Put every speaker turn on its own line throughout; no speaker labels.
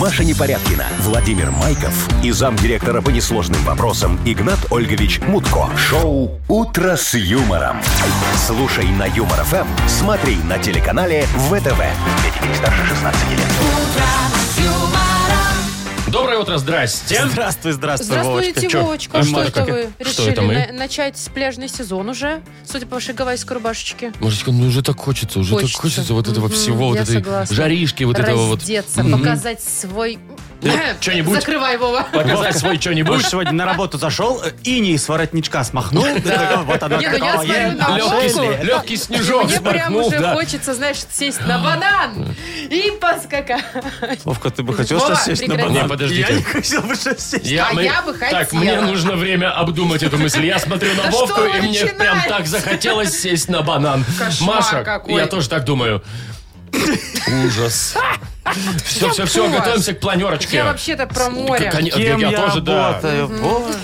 Маша Непорядкина, Владимир Майков и замдиректора по несложным вопросам Игнат Ольгович Мутко. Шоу «Утро с юмором». Слушай на Юмор ФМ, смотри на телеканале ВТВ. Для детей старше 16 лет.
А
Доброе утро, здрасте.
Здравствуй, здравствуй,
Здравствуйте,
Вовочка. Чё?
Вовочка.
А
Что
Машка,
это вы
как- что
решили
это мы?
на- начать пляжный сезон уже? Судя по вашей гавайской рубашечке.
Машечка, ну уже так хочется, уже
Хочется.
так хочется вот этого
Мгм,
всего, вот
я
этой
согласна.
жаришки, вот этого вот.
Раздеться,
Мгм.
показать свой...
Да, чё-нибудь.
Закрывай, Вова.
Показать свой
Муж
что-нибудь.
сегодня на работу э, зашел, иней с воротничка смахнул. и такой, Вот она
Не, ну я
какова,
смотрю
я
на
на
Вовку.
отшелье.
Легкий, легкий снежок
Мне прям
смахнул,
уже
Ну да.
хочется, знаешь, сесть на банан и поскакать.
Вовка, ты бы хотел
Вова,
сейчас сесть на
прекрати.
банан?
Не, подождите.
Я не хотел бы сейчас сесть.
А я бы хотела.
Так, мне нужно время обдумать эту мысль. Я смотрю на
Да
Вовку,
что
и
вы
мне
начинаете?
прям так захотелось сесть на банан.
Кошмар
Маша,
какой.
я тоже так думаю. Ужас. Все, все, все,
поняла.
готовимся к планерочке.
Я вообще-то про море.
Кон-
Кем
я тоже, да.
работаю? Боже.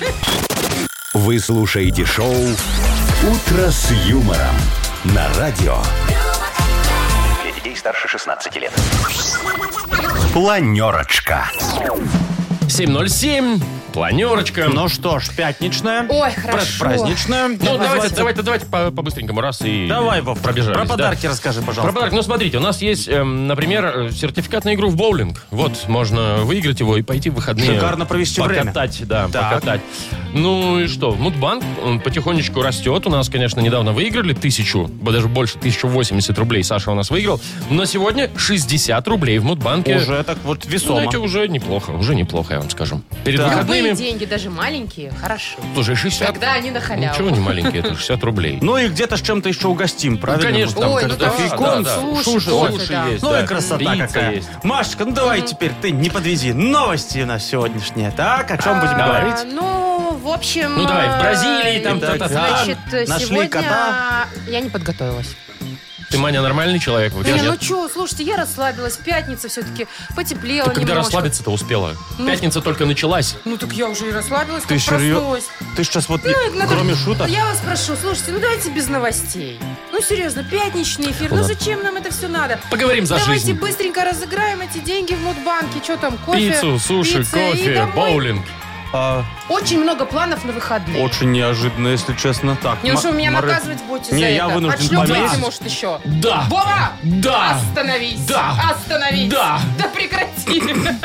Вы слушаете шоу «Утро с юмором» на радио. Для детей старше 16 лет. Планерочка.
7.07, планерочка.
Ну что ж, пятничная.
Ой, хорошо.
Праздничная.
Ну, давайте, давайте, давайте по- по-быстренькому раз и
Давай, Вов,
пробежались.
Про
да.
подарки расскажи,
Про
пожалуйста.
подарок. Ну, смотрите, у нас есть, эм, например, э, сертификат на игру в боулинг. Вот, можно выиграть его и пойти в выходные.
Шикарно провести время.
покатать, да,
Так.
покатать. Ну и что, Мудбанк он потихонечку растет. У нас, конечно, недавно выиграли тысячу, ба- даже больше, 1080 рублей Саша у нас выиграл. Но сегодня 60 рублей в Мудбанке.
Уже так вот
Ну,
весомо.
знаете, уже неплохо, уже неплохо, я вам скажу. Перед
Так.
Любые
выходными...
деньги, даже маленькие, хороши.
Слушай, 60...
Когда они на халяву.
Ничего не маленькие, это 60 рублей.
Ну и где-то с чем-то еще угостим,
Ну,
правильно?
конечно, там
Ой, ну
как-
там
да,
же
да,
кон-
да.
суши,
Суши,
кофе,
суши
да.
есть.
Ну
да.
и красота
Пицца
какая.
есть.
Машечка, ну давай теперь ты не подведи. Новости у нас сегодняшние. Так, о чем будем
А,
говорить?
Ну, в общем...
Ну, давай, в
э,
Бразилии, там,
э,
та-та-та.
Значит, э,
Нашли
сегодня...
кота.
Я не подготовилась.
Ты, Маня, нормальный человек? У тебя
Не,
нет-
ну что, слушайте, я расслабилась. Пятница все-таки потеплела
Ты когда
немножко.
расслабиться-то успела? Пятница только началась.
Ну так я уже и расслабилась,
Ты
как
серьё-
проснулась.
Ты сейчас вот,
Ну, Игнат
кроме
Ольгович,
шуток,
Я вас прошу, слушайте, ну давайте без новостей. Ну серьезно, пятничный эфир, ну
Ладно.
зачем нам это все надо?
Поговорим за
Давайте
жизнь.
быстренько разыграем эти деньги в Мудбанке. Что там, кофе?
Пиццу, суши,
пицца и
кофе,
домой.
боулинг.
а,
Очень много планов на выходные.
очень неожиданно, если честно. Так,
Неужели
Ма-
меня
Мары-
наказывать будете за
Не, я
это?
вынужден
Отшлёпайте,
пометить.
может, еще.
Да.
Вова!
Да.
Остановись!
Да.
Остановись!
Да.
Да прекрати!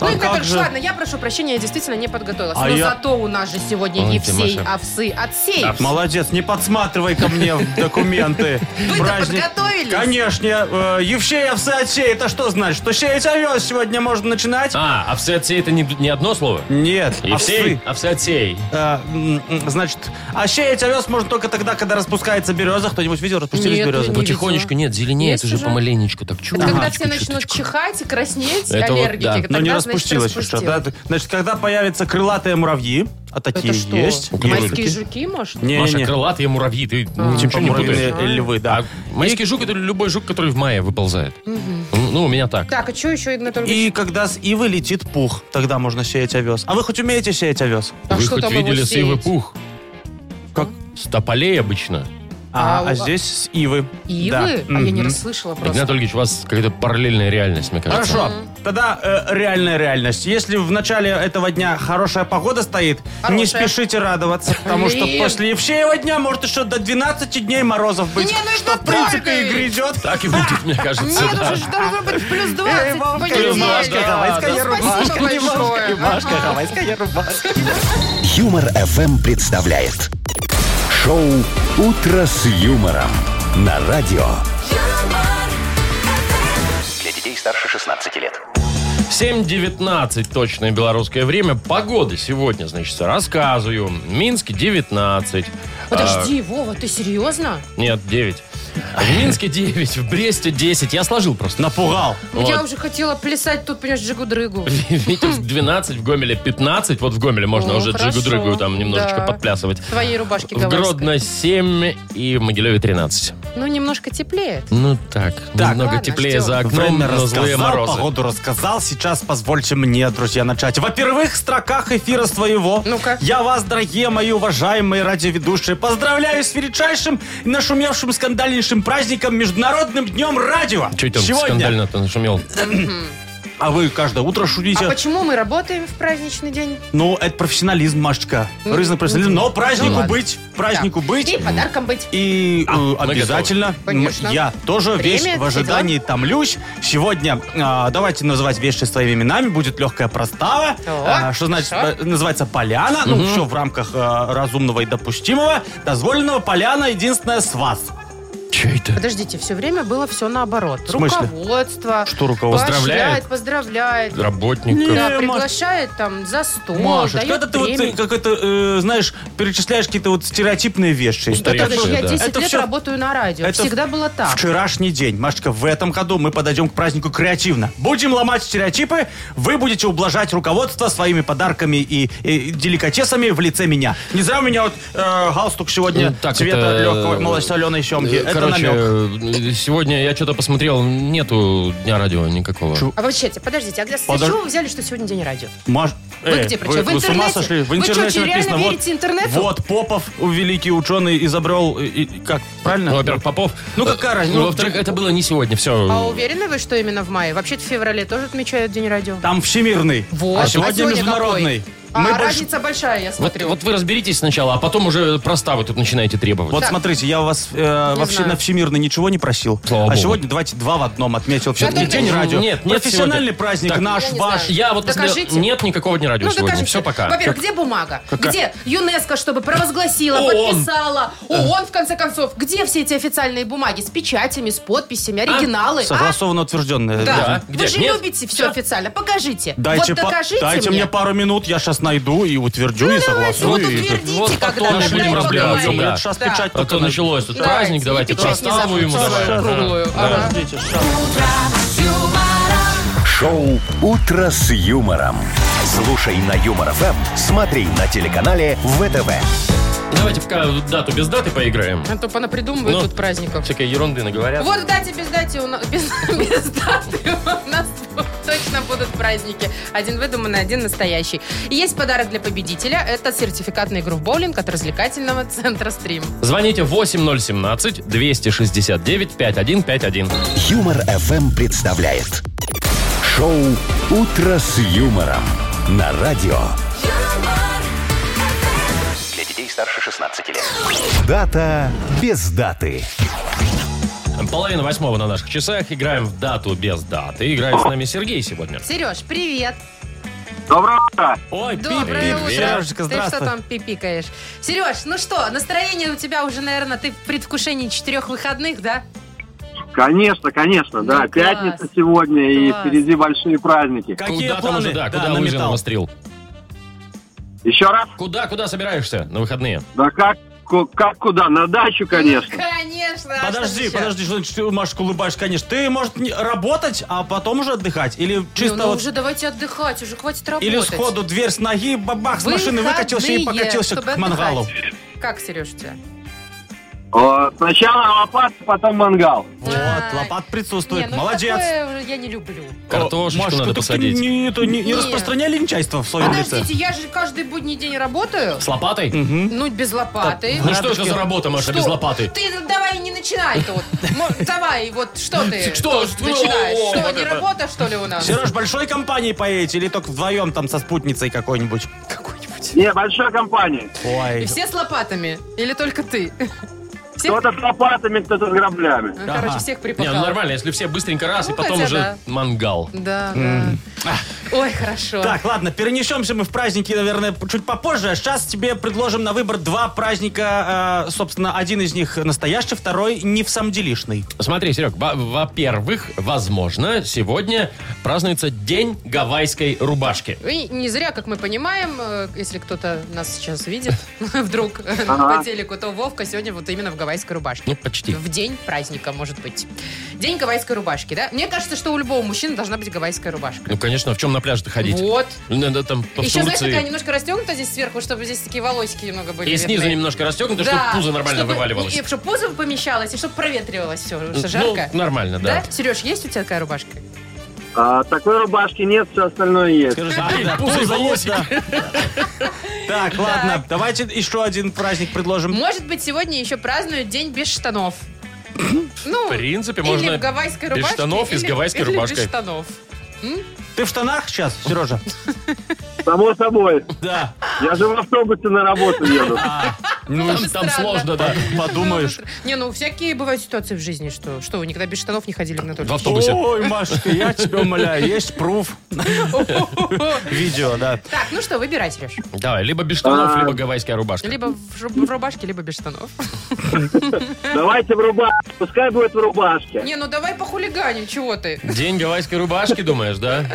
Ну,
А
Игорь
как
Анатольевич,
же?
ладно, я прошу прощения, я действительно не подготовилась.
А
Но
я-
зато у нас же сегодня а
Ой, ты,
Евсей
Маша.
овсы отсей.
Да.
Молодец, не подсматривай ко мне в документы.
Вы-то
Праздник.
подготовились?
Конечно. э, Евсей овса отсей, это что значит? Что сеять овес сегодня можно начинать?
А, а все отсей это не, не одно слово?
Нет, овсы.
Евсей, а все отсей.
Э, м, м, Значит, а сеять овес можно только тогда, когда распускается береза. Кто-нибудь видел, распустились
Нет,
березы?
не видела.
Потихонечку, нет, зеленеет
Есть
уже
уже?
помаленечку, так
Это
чудо.
Когда все начнут чихать и краснеть,
Это вот,
аллергики,
да. Ну,
тогда,
Но не
значит,
а
распустилась еще.
распустилась.
да? Значит, когда появятся крылатые муравьи, а такие
Это что?
есть.
Майские жуки, может?
Не,
Маша,
не, не.
крылатые муравьи, ты
А.
ничего
Типа
не
муравьиные
путаешь.
путаешь.
львы, да.
А майский жук это любой жук, который в мае выползает. Ну, ну, у меня так.
Так, а что еще, Игорь Анатольевич?
И когда с ивы летит пух, тогда можно сеять овес. А вы хоть умеете сеять овес?
А
Вы
что
хоть
там его
видели сивый
сеять?
пух?
Как?
С тополей обычно.
А,
А,
а
у-
здесь с ивы.
Ивы?
Да.
А я не
Мгм.
расслышала
Игнат
просто.
Ольгич, у вас какая-то параллельная реальность, мне кажется.
Хорошо, тогда э, реальная реальность. Если в начале этого дня хорошая погода стоит, не
Хорошая.
спешите радоваться, потому что
Блин.
после Евсеева дня может еще до 12 дней морозов быть,
Не, ну и
что в
Игнат
принципе и
Ольгович.
грядет.
Так и будет,
Ну,
мне кажется.
Нет,
да.
уже ж должно быть плюс 20 в
Вовка,
Э,
понедельник.
Машка,
Ну,
гавайская
спасибо
рубашка,
большое.
Машка,
Ага.
гавайская рубашка.
Юмор FM представляет шоу Утро с юмором на радио. Для детей старше 16 лет.
7.19 точное белорусское время. Погода сегодня, значит, рассказываю. Минск 19.
А.
Подожди, Вова, ты серьезно?
А, нет, 9. В Минске 9, в Бресте 10. Я сложил просто.
Напугал.
Ну, Я
Вот.
уже хотела плясать тут, понимаешь, джигу-дрыгу.
В Витебске 12, в Гомеле 15. Вот в Гомеле можно
О,
уже
хорошо.
джигу-дрыгу там немножечко
Да.
подплясывать.
В твоей рубашке
В
гавайской.
Гродно 7 и в Могилеве 13.
Ну, немножко теплее.
Ну так, немного
ладно,
теплее
ждем.
за окном,
Время
но злые ну,
рассказал,
морозы.
погоду рассказал. Сейчас позвольте мне, друзья, начать. Во первых строках эфира своего.
Ну-ка.
Я вас, дорогие мои уважаемые радиоведущие, поздравляю с величайшим и нашумевшим скандальнейшим праздником Международным днем радио.
Чуть он
Сегодня
скандально-то нашумел.
А вы каждое утро шутите.
А почему мы работаем в праздничный день?
Ну, это профессионализм, Машечка.
Ну,
Рызный профессионализм. Но празднику
ладно.
быть. Празднику
Да.
быть.
И подарком быть.
И э,
мы
обязательно
готовы. Конечно.
м, я тоже
Время,
весь
все
в ожидании томлюсь. Сегодня а, давайте называть вещи своими именами. Будет легкая простава.
Так,
А, что значит
хорошо.
э, называется поляна? Ну, все в рамках э, разумного и допустимого. Дозволенного поляна единственная с вас.
Че это?
Подождите, все время было все наоборот.
смысле?
Руководство.
Что руководство?
Поздравляет?
Поздравляет, поздравляет.
Работников.
Да,
Не,
приглашает там за стол,
Маша,
дает
когда ты вот
премии.
э, какой-то, э, знаешь, перечисляешь какие-то вот стереотипные вещи.
Да,
Устаревшие,
товарищ, Ну, я
да.
10
Это
лет
всё-
работаю на радио.
это
Всегда было так.
Вчерашний день. Машечка, в этом году мы подойдем к празднику креативно. Будем ломать стереотипы, вы будете ублажать руководство своими подарками и, и деликатесами в лице меня. Не зря у меня вот э, галстук сегодня
Ну, так,
цвета
это,
легкого малосоленой семги.
Э,
Это
Короче,
намек.
э, сегодня я что-то посмотрел, нету дня радио никакого.
Чу-
А вообще, подождите, а для с
Подож-
чего вы взяли, что сегодня день радио?
Маш...
Вы
э,
где,
Вы, вы
причем? В
с ума
интернете?
сошли? В
Вы чё,
интернете
реально
написано.
верите интернету?
Вот, Попов, великий ученый, изобрел... э, и- как, правильно?
Ну, во-первых, Попов.
Ну, какая
Э,
разница?
ну,
Ну,
во-вторых,
так-
это было не сегодня, все.
А уверены вы, что именно в мае? Вообще-то в феврале тоже отмечают день радио.
Там всемирный.
Вот.
А сегодня,
какой?
международный.
А
Мы больше-
разница большая, я
вот,
смотрю.
вот вы разберитесь сначала, а потом уже проста вы тут начинаете требовать.
Вот
Так.
смотрите, я вас э, вообще
знаю.
на всемирный ничего не просил.
Слава
а
богу.
сегодня давайте два в одном отметил. Все-таки
только-
день радио.
Нет, нет
Профессиональный
сегодня.
праздник
Так.
наш,
Я не
ваш.
знаю.
Я вот посмотрел,
Докажите.
нет никакого дня радио
Ну,
сегодня.
докажите.
Все пока.
Во-первых, где бумага?
Какая?
Где ЮНЕСКО, чтобы провозгласила,
ООН.
подписала? ООН, в конце концов. Где все эти официальные бумаги с печатями, с подписями, оригиналы? а?
Согласованно утвержденное.
Да.
Да. Где?
Вы же
Нет?
любите все официально. Покажите.
Дайте,
вот
па-
докажите
дайте мне.
мне.
пару минут, я сейчас найду и утвержу, и
Ну, давайте,
согласую.
вот
и-
утвердите,
вот
когда
потом
тогда
нашли
и
проблему,
поговорим.
да.
Сейчас
Да.
печать
А то
только-
началось тут праздник,
и
давайте
печать не
проставу ему
запутала
давай.
круглую. Ага.
Подождите, щас.
Шоу «Утро с юмором». Слушай на Юмор ФМ, смотри на телеканале ВТВ.
Давайте пока дату без даты поиграем.
А то понапридумывают
Ну.
тут праздников.
Всякой ерунды наговорят.
Вот в дате без дати у нас, без, без даты у нас точно будут праздники. Один выдуманный, один настоящий. И есть подарок для победителя. Это сертификат на игру в боулинг от развлекательного центра «Стрим».
Звоните 8017-269-5151.
Юмор ФМ представляет. Шоу «Утро с юмором» на радио. Для детей старше 16 лет. Дата без даты.
Половина восьмого на наших часах. Играем в дату без даты. Играет с нами Сергей сегодня.
Сереж, привет.
Доброе утро.
Ой,
Доброе
пип-пип,
утро.
Сережечка,
Ты что
здравствуй.
там пипикаешь? Сереж, ну что, настроение у тебя уже, наверное, ты в предвкушении четырех выходных, да?
Конечно, конечно,
Ну,
да.
класс.
Пятница сегодня
Класс.
и впереди большие праздники.
Какие
куда
планы?
там уже, да,
Да,
куда
на
лыжи
металл.
навострил?
Еще раз,
Куда, куда собираешься на выходные?
да как, ку- как куда? На дачу, конечно.
Конечно. а что
Подожди,
же?
подожди, что значит, ты, Машка, улыбаешь, конечно. Ты, может, не- работать, а потом уже отдыхать? Или
Не,
чисто
ну
вот...
уже давайте отдыхать, уже хватит работать.
Или сходу дверь с ноги, бабах, с машины
Выходные,
выкатился и покатился
чтобы
к мангалу.
отдыхать. Как, Сереж, у тебя?
О, сначала лопатки, потом мангал.
Вот,
А,
лопат присутствует.
не, ну
Молодец.
такое уже я не люблю.
Картошечку
Машка,
надо
так ты
посадить.
Не, это не- не
Не.
распространяли нечайство в своем лице.
Подождите, я же каждый будний день работаю.
С лопатой?
Ну, без лопаты.
Ну что это за работа, Маша, без
Что?
лопаты?
Ты ну, давай не начинай тут. Мо- Давай, вот что ты
Что?
тут начинаешь?
О,
Что,
вот
не
это.
работа, что ли, у нас?
Сереж, большой компанией поедете или только вдвоем там со спутницей какой-нибудь?
Какой-нибудь.
Не, большая компания.
И
Ой.
все с лопатами? Или только ты? Все-
Кто-то с лопатами, кто-то с граблями.
Ну, Короче,
Ага.
всех
Не, ну
припахало.
нормально, если все быстренько раз,
Ну,
и потом
хотя
уже
да.
мангал.
Да, да. Ой, хорошо.
Так, ладно, перенесемся мы в праздники, наверное, чуть попозже. А Сейчас тебе предложим на выбор два праздника. э, собственно, один из них настоящий, второй не в самом делишный.
Смотри, Серег, во- во-первых, возможно, сегодня празднуется День гавайской рубашки.
И не зря, как мы понимаем, э, если кто-то нас сейчас видит вдруг э,
Ага.
по телеку, то Вовка сегодня вот именно в гавайской рубашке.
Ну, почти.
В день праздника, может быть. День гавайской рубашки, да? Мне кажется, что у любого мужчины должна быть гавайская рубашка.
Ну, конечно, в чем на пляж-то ходить?
Вот.
Надо там по
Еще, знаешь,
Турции.
такая немножко расстегнута здесь сверху, чтобы здесь такие волосики немного были.
И снизу
видны.
немножко расстегнуто,
Да,
чтобы пузо нормально
чтобы-
вываливалось.
И, чтобы пузо помещалось, и чтобы проветривалось все, потому что
Ну,
жарко.
нормально, да.
да? Сереж, есть у тебя такая рубашка?
А, такой рубашки нет, все остальное есть.
Скажи,
А,
да,
пузо и
пузо есть,
волосики.
да. Так, ладно, давайте еще один праздник предложим.
Может быть, сегодня еще празднуют день без штанов. Ну,
В принципе,
или
можно
в гавайской
без
рубашке.
штанов и с
или-
гавайской
или без
рубашкой.
штанов.
Ты в штанах сейчас, Сережа?
Само собой.
Да.
Я же в автобусе на работу еду.
Ну,
Там
там,
странно.
сложно, да.
Подумаешь.
Не, ну всякие бывают ситуации в жизни, что, что вы никогда без штанов не ходили на
В
только.
автобусе.
Ой, Машка, я тебя умоляю, есть пруф. Видео, да.
Так, ну что, выбирай, Сереж.
Давай, либо без штанов,
А.
либо гавайская рубашка.
Либо в, жу- в рубашке, либо без штанов.
Давайте в рубашке. Пускай будет в рубашке.
Не, ну давай похулиганим, чего ты?
День гавайской рубашки, думаешь, да?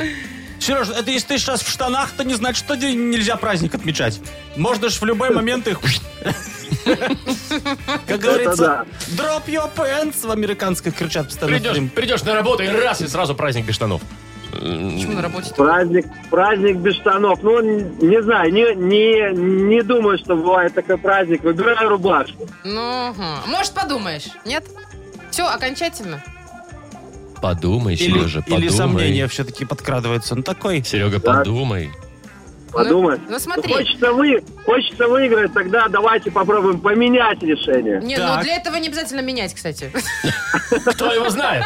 Сережа, это если ты сейчас в штанах, то не значит, что день- нельзя праздник отмечать. Можно ж в любой момент их... Как говорится,
да.
drop your pants в американских кричат постоянно.
Придешь, придешь на работу и раз, и сразу праздник без штанов.
Почему на работе-то?
Праздник, праздник без штанов. Ну, н- не знаю, не, не, не думаю, что бывает такой праздник. Выбираю рубашку.
Ну, ага. может, подумаешь, нет? Все, окончательно?
Подумай,
Или,
Сережа,
или
подумай.
сомнения все-таки подкрадываются. Ну такой...
Серега,
Да.
подумай.
Подумай.
Ну, ну, смотри.
Хочется, вы, хочется выиграть, тогда давайте попробуем поменять решение.
Не, ну
Так.
для этого не обязательно менять, кстати.
Кто его знает?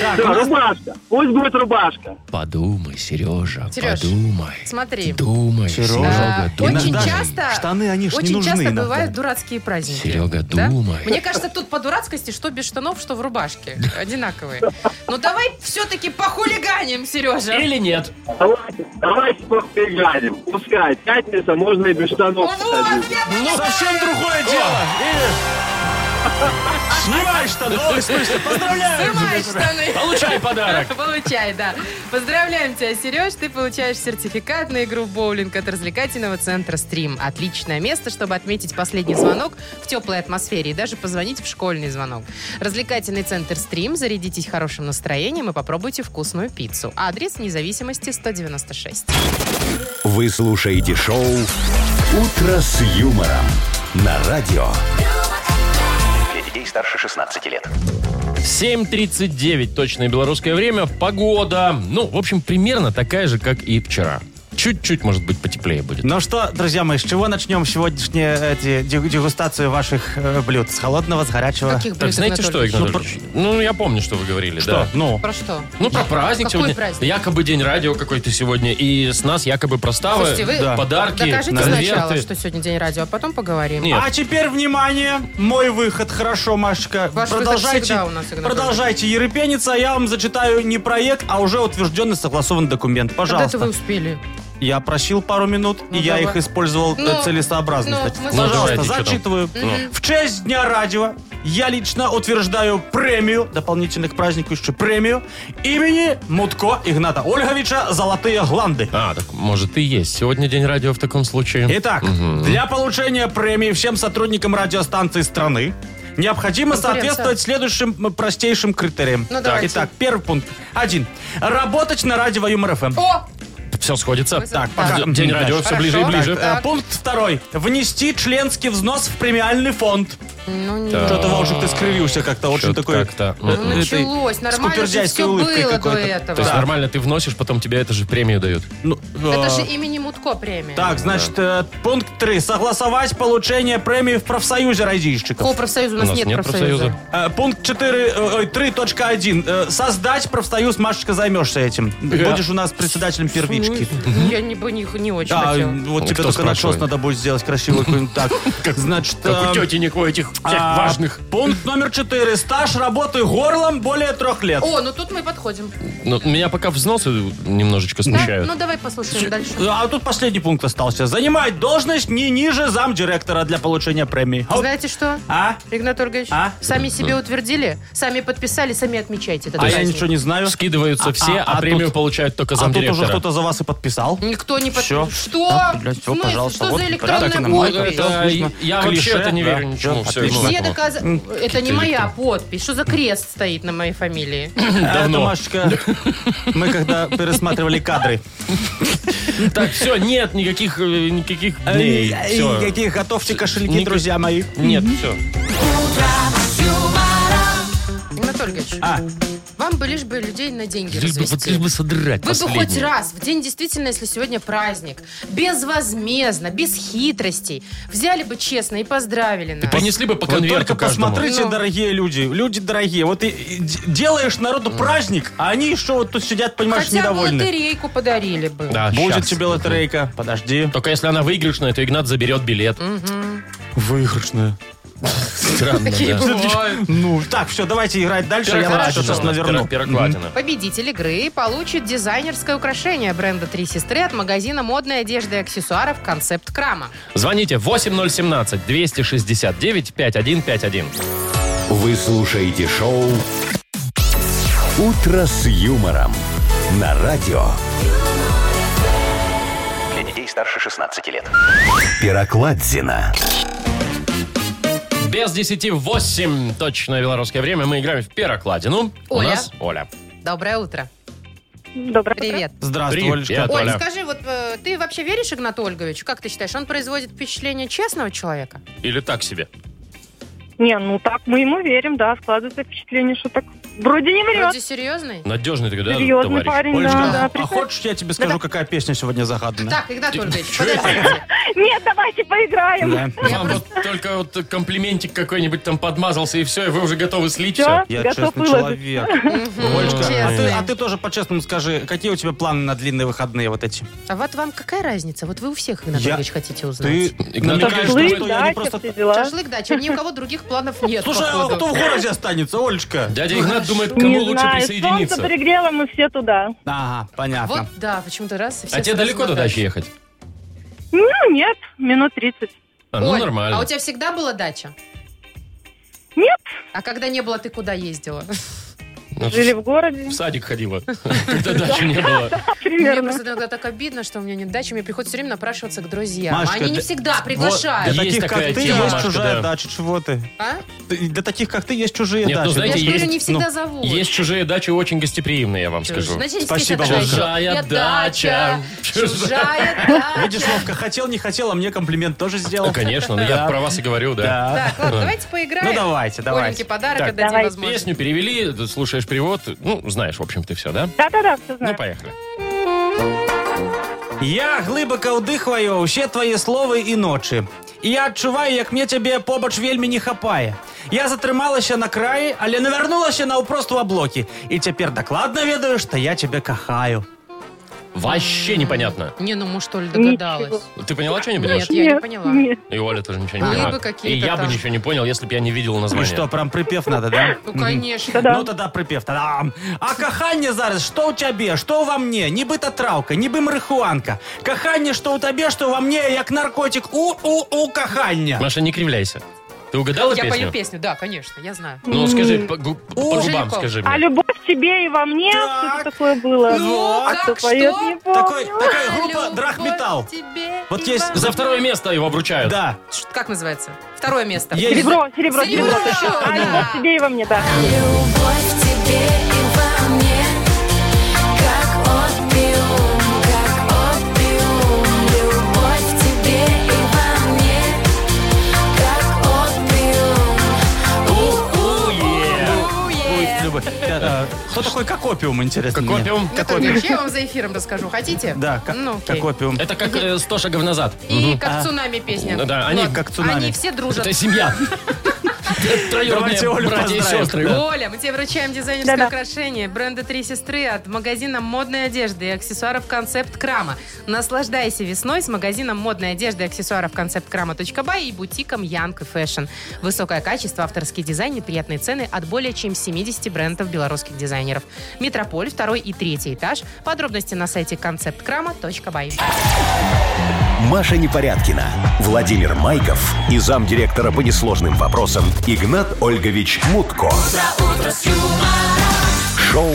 Так, у
Все,
ну,
нас-
рубашка. Пусть будет рубашка.
Подумай, Сережа,
Сереж,
подумай.
Смотри.
Думай,
Сережа,
А,
Серега, думай.
Очень
Иногда же
часто,
штаны, они ж не
очень
нужны
часто
иногда.
бывают дурацкие праздники.
Серега,
да?
думай.
Мне кажется, тут по дурацкости, что без штанов, что в рубашке. Одинаковые. Ну давай все-таки похулиганим, Сережа.
Или нет?
Давайте, давайте похулиганим. Пускай. Пятница, можно и без штанов.
Вот,
сходить.
я
Ну, совсем другое дело. И- Снимай штаны. Ой, в смысле, поздравляю.
снимаю штаны.
Получай подарок.
Получай, да. Поздравляем тебя, Сереж. Ты получаешь сертификат на игру в боулинг от развлекательного центра «Стрим». Отличное место, чтобы отметить последний звонок в теплой атмосфере и даже позвонить в школьный звонок. Развлекательный центр «Стрим». Зарядитесь хорошим настроением и попробуйте вкусную пиццу. Адрес независимости 196.
Вы слушаете шоу «Утро с юмором» на радио.
Для детей старше 16 лет.
7.39, точное белорусское время, погода. Ну, в общем, примерно такая же, как и вчера. Чуть-чуть, может быть, потеплее будет.
Ну что, друзья мои, с чего начнем сегодняшнюю эти, дег- дегустацию ваших э, блюд? С холодного, с горячего?
Каких
Так,
блюд,
знаете что,
Анатолий?
Игнат Анатольевич? Ну, я помню, что вы говорили,
Что?
да.
Ну,
Про что?
Ну, про праздник
Какой
сегодня.
праздник?
Якобы день радио какой-то сегодня. И с нас якобы проставы,
Слушайте, вы
да, подарки,
докажите
конверты.
сначала, что сегодня день радио, а потом поговорим.
Нет.
А теперь внимание, мой выход, хорошо, Машечка.
Ваш выход
продолжайте,
всегда у нас, Игнат
продолжайте ерепениться, а я вам зачитаю не проект, а уже утвержденный согласованный документ.
Когда это
Пожалуйста.
А вы успели?
Я просил пару минут,
Ну,
и я
давай.
их использовал э,
Ну,
целесообразно.
ну,
кстати.
мы
слушаем.
Пожалуйста,
Ну, давайте, что
зачитываю. В честь Дня радио я лично утверждаю премию, дополнительно к празднику еще премию, имени Мутко Игната Ольговича «Золотые гланды».
А, так может и есть. Сегодня день радио в таком случае.
Итак, для получения премии всем сотрудникам радиостанций страны необходимо
Конкуренция.
соответствовать следующим м, простейшим критериям.
Ну, давайте.
Итак, первый пункт. Один. Работать на радио Юмор ФМ.
О!
Все сходится.
Так,
пока.
День радио все
Хорошо.
ближе и
Так,
ближе.
так.
Э, Пункт второй. Внести членский взнос в премиальный фонд.
Ну, не
Так.
Что-то, Волжик, ты скривился как-то. Очень
Чё-то
такой...
как-то.
э,
Ну, началось.
этой
Нормально же
скупердяйской
все
улыбкой
было до
какой-то.
То есть
этого.
нормально ты вносишь, потом тебе это же премию дают.
Ну,
Это
э,
же имени Мутко премия.
Так, значит, э, пункт 3. Согласовать получение премии в профсоюзе радищиков.
Какого профсоюза? У нас, нет, профсоюза.
Э, Пункт 4, э, ой, 3.1. Э, Создать профсоюз, Машечка, займешься этим. Будешь у нас председателем первички.
Ну, Я не, бы не, не очень
Да,
хотела.
вот
Ну,
тебе
кто
только начос
спрашивает?
надо будет сделать красивый какой-нибудь так. Значит,
Как у
э,
тетенек у этих всех
а,
важных.
Пункт номер 4. Стаж работы горлом более трех лет.
О, ну тут мы подходим.
Ну, меня пока взносы немножечко
Да?
смущают.
Ну давай послушаем дальше.
А тут последний пункт остался. Занимать должность не ниже замдиректора для получения премии. Оп.
Знаете что?
А?
Игнат Ольгович,
А?
сами себе утвердили, сами подписали, сами отмечайте этот
А я
праздник.
ничего не знаю.
Скидываются
А-
все, а,
а- а
премию
тут-
получают только
А тут уже
замдиректора.
кто-то за вас и подписал.
Никто не подписал.
Всё.
Что?
Да, А, блядь, всё,
В смысле?
пожалуйста,
Что
вот
за
и
электронная
порядок, и
Ну,
нормально.
подпись?
это
Отлично.
я
Клише,
вообще это не
да.
верю ничему.
Да,
всё
отлично.
Все
одинаково.
доказ... Это не моя подпись. Что за крест стоит на моей фамилии?
давно.
Это, Машечка, мы когда пересматривали кадры.
Так, все, нет никаких, э, никаких дней.
Эй,
Всё.
эй, Какие готовьте кошельки,
Ник-
друзья мои.
Нет, все.
Игнат Ольгович,
А,
вам бы лишь бы людей на деньги
Лишь бы, вот
развести.
лишь бы содрать
Вы бы хоть
последнее.
раз в день, действительно, если сегодня праздник, безвозмездно, без хитростей, взяли бы честно и поздравили нас.
Понесли бы по
Вы
конверту
только
каждому.
посмотрите,
Ну.
дорогие люди. Люди дорогие. Вот ты э, д- делаешь народу праздник, а они еще вот тут сидят, понимаешь,
Хотя бы
недовольны.
лотерейку подарили бы.
Да,
Будет
А, щас.
тебе лотерейка. Подожди.
Только если она выигрышная, то Игнат заберет билет.
Выигрышная.
Странно,
Такие
да.
бывают.
Ну, так, все, давайте играть дальше. Я
Пирократина
вас
у нас,
сейчас наверну.
пиро- пирократина.
Победитель игры получит дизайнерское украшение бренда «Три сестры» от магазина модной одежды и аксессуаров «Концепт Крама».
Звоните 8017-269-5151.
Вы слушаете шоу «Утро с юмором» на радио
Для детей старше 16 лет.
Пирокладзина.
Без 10 8 точное белорусское время. Мы играем в пирокладину. У
Оля.
нас Оля.
Доброе утро.
Доброе
Привет.
Здравствуй,
Привет.
Олечка.
Оль,
Оля.
скажи, вот э, ты вообще веришь Игнату Ольговичу? Как ты считаешь, он производит впечатление честного человека?
Или так себе.
утро. Не, ну так мы ему верим, да, складывается впечатление, что так вроде не врет.
Вроде серьезный?
Надежный такой, да,
Серьезный
товарищ?
парень, да, да.
Олечка, а
прикольно.
хочешь, я тебе скажу, какая песня сегодня загадана?
Так, Игнат
Ты-
Ольгович,
Чё это?
подождите.
Нет, давайте
Да.
поиграем.
Вам вот только вот комплиментик какой-нибудь там подмазался, и все, и вы уже готовы слить все.
Все,
Я
готов
честный
выложить.
человек.
Мгм,
Олечка,
А ты,
честный.
а ты тоже по-честному скажи, какие у тебя планы на длинные выходные вот эти?
А вот вам какая разница? Вот вы у всех, Игнат
Я-
Ольгович, хотите
Ты
узнать.
Игнат,
намекаешь,
Шашлык,
что я не просто...
все дела.
Шашлык, да, чем ни у кого других планов нет.
Слушай, а
походу.
кто в городе останется, Олечка?
Дядя Игнат думает,
Не
кому лучше
знаю,
присоединиться.
солнце пригрело, мы все туда.
Ага,
А Вот,
понятно.
да, почему-то раз и все
А тебе
сразу
далеко до
на
дачи
дачу.
ехать?
Ну, нет, минут 30.
А, ну
Оль,
нормально.
А у тебя всегда была дача?
Нет,
А когда не было, ты куда ездила?
Ну,
жили в городе.
В садик ходила, когда дачи не было.
Мне
Примерно.
просто иногда так обидно, что у меня нет дачи, мне приходится все время напрашиваться к друзьям.
Машечка,
Они не
да-
всегда
Вот
приглашают.
для
Есть
таких,
такая
как ты,
тема,
есть
Машка,
чужая
да.
дача, чего ты?
А?
Ты- Для таких, как ты, есть чужие
Нет, ну,
дачи.
Я
знаете,
же говорю,
есть,
не всегда
ну,
зовут.
Есть чужие дачи очень гостеприимные, я вам скажу.
Значит, есть
Спасибо,
какая-то
Вовка.
Чужая дача.
Чужая дача.
Видишь, Вовка, хотел, не хотел, а мне комплимент тоже сделал.
Ну, конечно, но я
Да.
про вас и говорю, да.
Да.
Так, ладно, давайте поиграем.
Ну, давайте, давайте.
Оленьке подарок
Так,
отдадим,
давай.
возможно.
Песню перевели, ты слушаешь привод, ну, знаешь, в общем-то, все, да?
Да-да-да, все
Ну,
знаю.
поехали.
Я глибоко вдихваю ўсе твае словы і ночы. І я адчуваю, як мне цябе побач вельмі не хапае. Я затрымалася на краі, але навярнулася наўпрост у аблокі. І цяпер дакладна ведаю, што я цябе кахаю.
Вообще непонятно.
Не, ну, муж, что ли, догадалась.
Ты поняла что-нибудь?
Нет.
Даша?
Я не
Нет,
поняла.
нет.
И Оля тоже ничего не
Мы
поняла.
бы
И
какие-то
я бы
там.
ничего не понял, если бы я не видел
Ну
название.
што, прям прыпев надо, да?
Ну, конечно.
Да-да.
Ну тада прыпев тада. А каханне зараз што ў цябе, што ўва мне, нібыта траўка, нібы марыхуанка. Каханне, што ў табе, што ўва мне, як наркотик. У у у каханне.
Маша, не кривляйся. Ты
Ну,
угадала
Я
песню?
пою песню, да, конечно, я знаю.
Ну, скажи, по, гу- по губам
Жильков.
скажи
А
мне.
любовь к тебе и во мне,
Так.
что-то такое было.
Ну,
а
как,
кто поет,
что?
не
Такой,
помню.
такая группа
Любовь
Драхметал.
к тебе
Вот
и
есть
во-
За второе место его обручают.
Да.
Ш- Как называется? Второе место.
Есть.
Серебро, серебро,
Серебро,
серебро. точно.
да.
А любовь к тебе и во мне, да.
Любовь к тебе и во мне, как опиум, как опиум. Любовь к тебе и во мне, как опиум.
Будет любой. Э, э, Кто такой Кокопиум, интересно? мне?
Копиум.
Наталья Ильич, я вам за эфиром расскажу. Хотите?
Да, как,
Ну, окей.
Кокопиум.
Это как э, 100 шагов назад.
И как цунами песня.
Ну да, они
Вот.
как цунами.
Они все дружат.
Это семья.
Давайте
Троюродные
Олю
братья и
поздравим.
сестры.
Оля, мы тебе вручаем дизайнерское
Да-да.
украшение бренда «Три сестры» от магазина модной одежды и аксессуаров «Концепт Крама». Наслаждайся весной с магазином модной одежды и аксессуаров «Концепт Крама.бай» и бутиком «Янг и Фэшн». Высокое качество, авторский дизайн и приятные цены от более чем 70 брендов белорусских дизайнеров. Метрополь, второй и третий этаж. Подробности на сайте концепткрама.бай.
Маша Непорядкина, Владимир Майков и замдиректора по несложным вопросам Игнат Ольгович Мутко. Шоу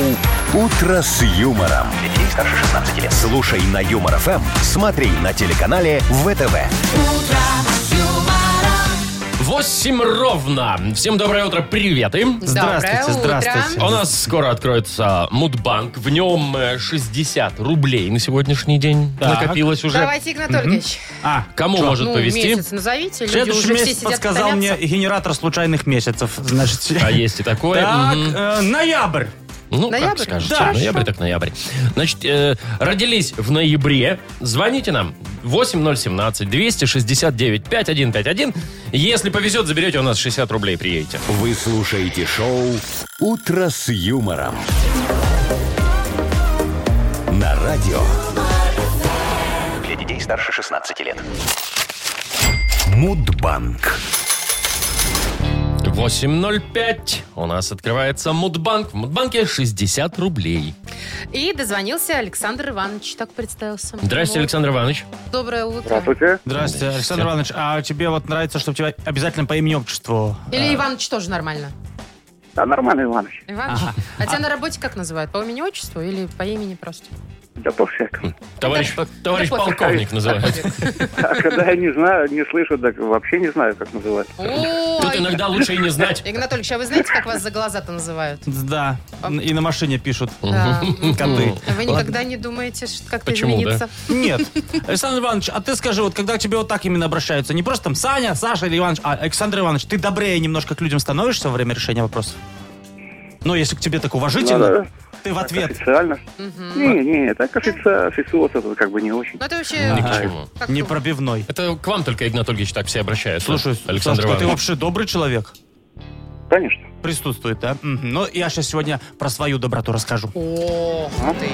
Утро с юмором.
Для детей старше 16 лет.
Слушай на Юмор Эм, ФМ, смотри на телеканале ВТВ.
8 8 ровно. Всем доброе утро, привет им.
Здравствуйте,
Доброе утро.
здравствуйте.
У нас скоро откроется Мудбанк. В нем э, 60 рублей на сегодняшний день
Так.
накопилось уже.
Давайте, Игнат Ольгович.
А,
Кому может
Ну,
повезти?
месяц назовите.
в
Люди
следующем
уже все
месяце
сидят
подсказал мне
томятся.
генератор случайных месяцев. Значит,
А есть и такое.
так,
Мгм.
э, ноябрь.
Ну, как
Ноябрь?
скажете.
Да.
Ноябрь так ноябрь. Значит, э, родились в ноябре. Звоните нам. 8017-269-5151. Если повезет, заберете у нас 60 рублей, приедете.
Вы слушаете шоу «Утро с юмором». На радио
Для детей старше 16 лет.
Мудбанк.
8.05. У нас открывается Мудбанк. В Мудбанке 60 рублей.
И дозвонился Александр Иванович, так представился.
Здрасте,
Ну,
Александр Иванович.
Доброе утро.
Здравствуйте.
Здравствуйте, Александр Иванович. А тебе вот нравится, чтобы тебя обязательно по имени-отчеству...
Или Иваныч тоже нормально?
Да, нормально, Иваныч.
Иваныч? А тебя на работе как называют? По имени отчеству или по имени просто?
Да по всякому.
Товарищ, товарищ
да пофиг.
полковник называют.
А когда я не знаю, не слышу, так вообще не знаю, как называть.
Тут
Ой.
иногда лучше и не знать.
Игнатольевич, а вы знаете, как вас за глаза-то называют?
Да, и на машине пишут
Да.
коты.
Вы никогда не думаете, ш- как-то
Почему, да?
измениться?
Нет. Александр Иванович, а ты скажи, вот когда к тебе вот так именно обращаются, не просто там Саня, Саша или Иванович, а Александр Иванович, ты добрее немножко к людям становишься во время решения вопросов? Ну, если к тебе так уважительно,
Ну, да.
ты в ответ.
Официально? Не, не, так официально, официоз это как бы не очень.
Ну, это вообще...
Ни к
как-то-
чему.
Не пробивной.
Это к вам только, Игнат Ольгович, так все обращаются.
Слушай,
Александр
Сашка, ты
Иванович.
вообще добрый человек?
Конечно.
Присутствует, да? Мгм. Ну, я сейчас сегодня про свою доброту расскажу.
Ох ты.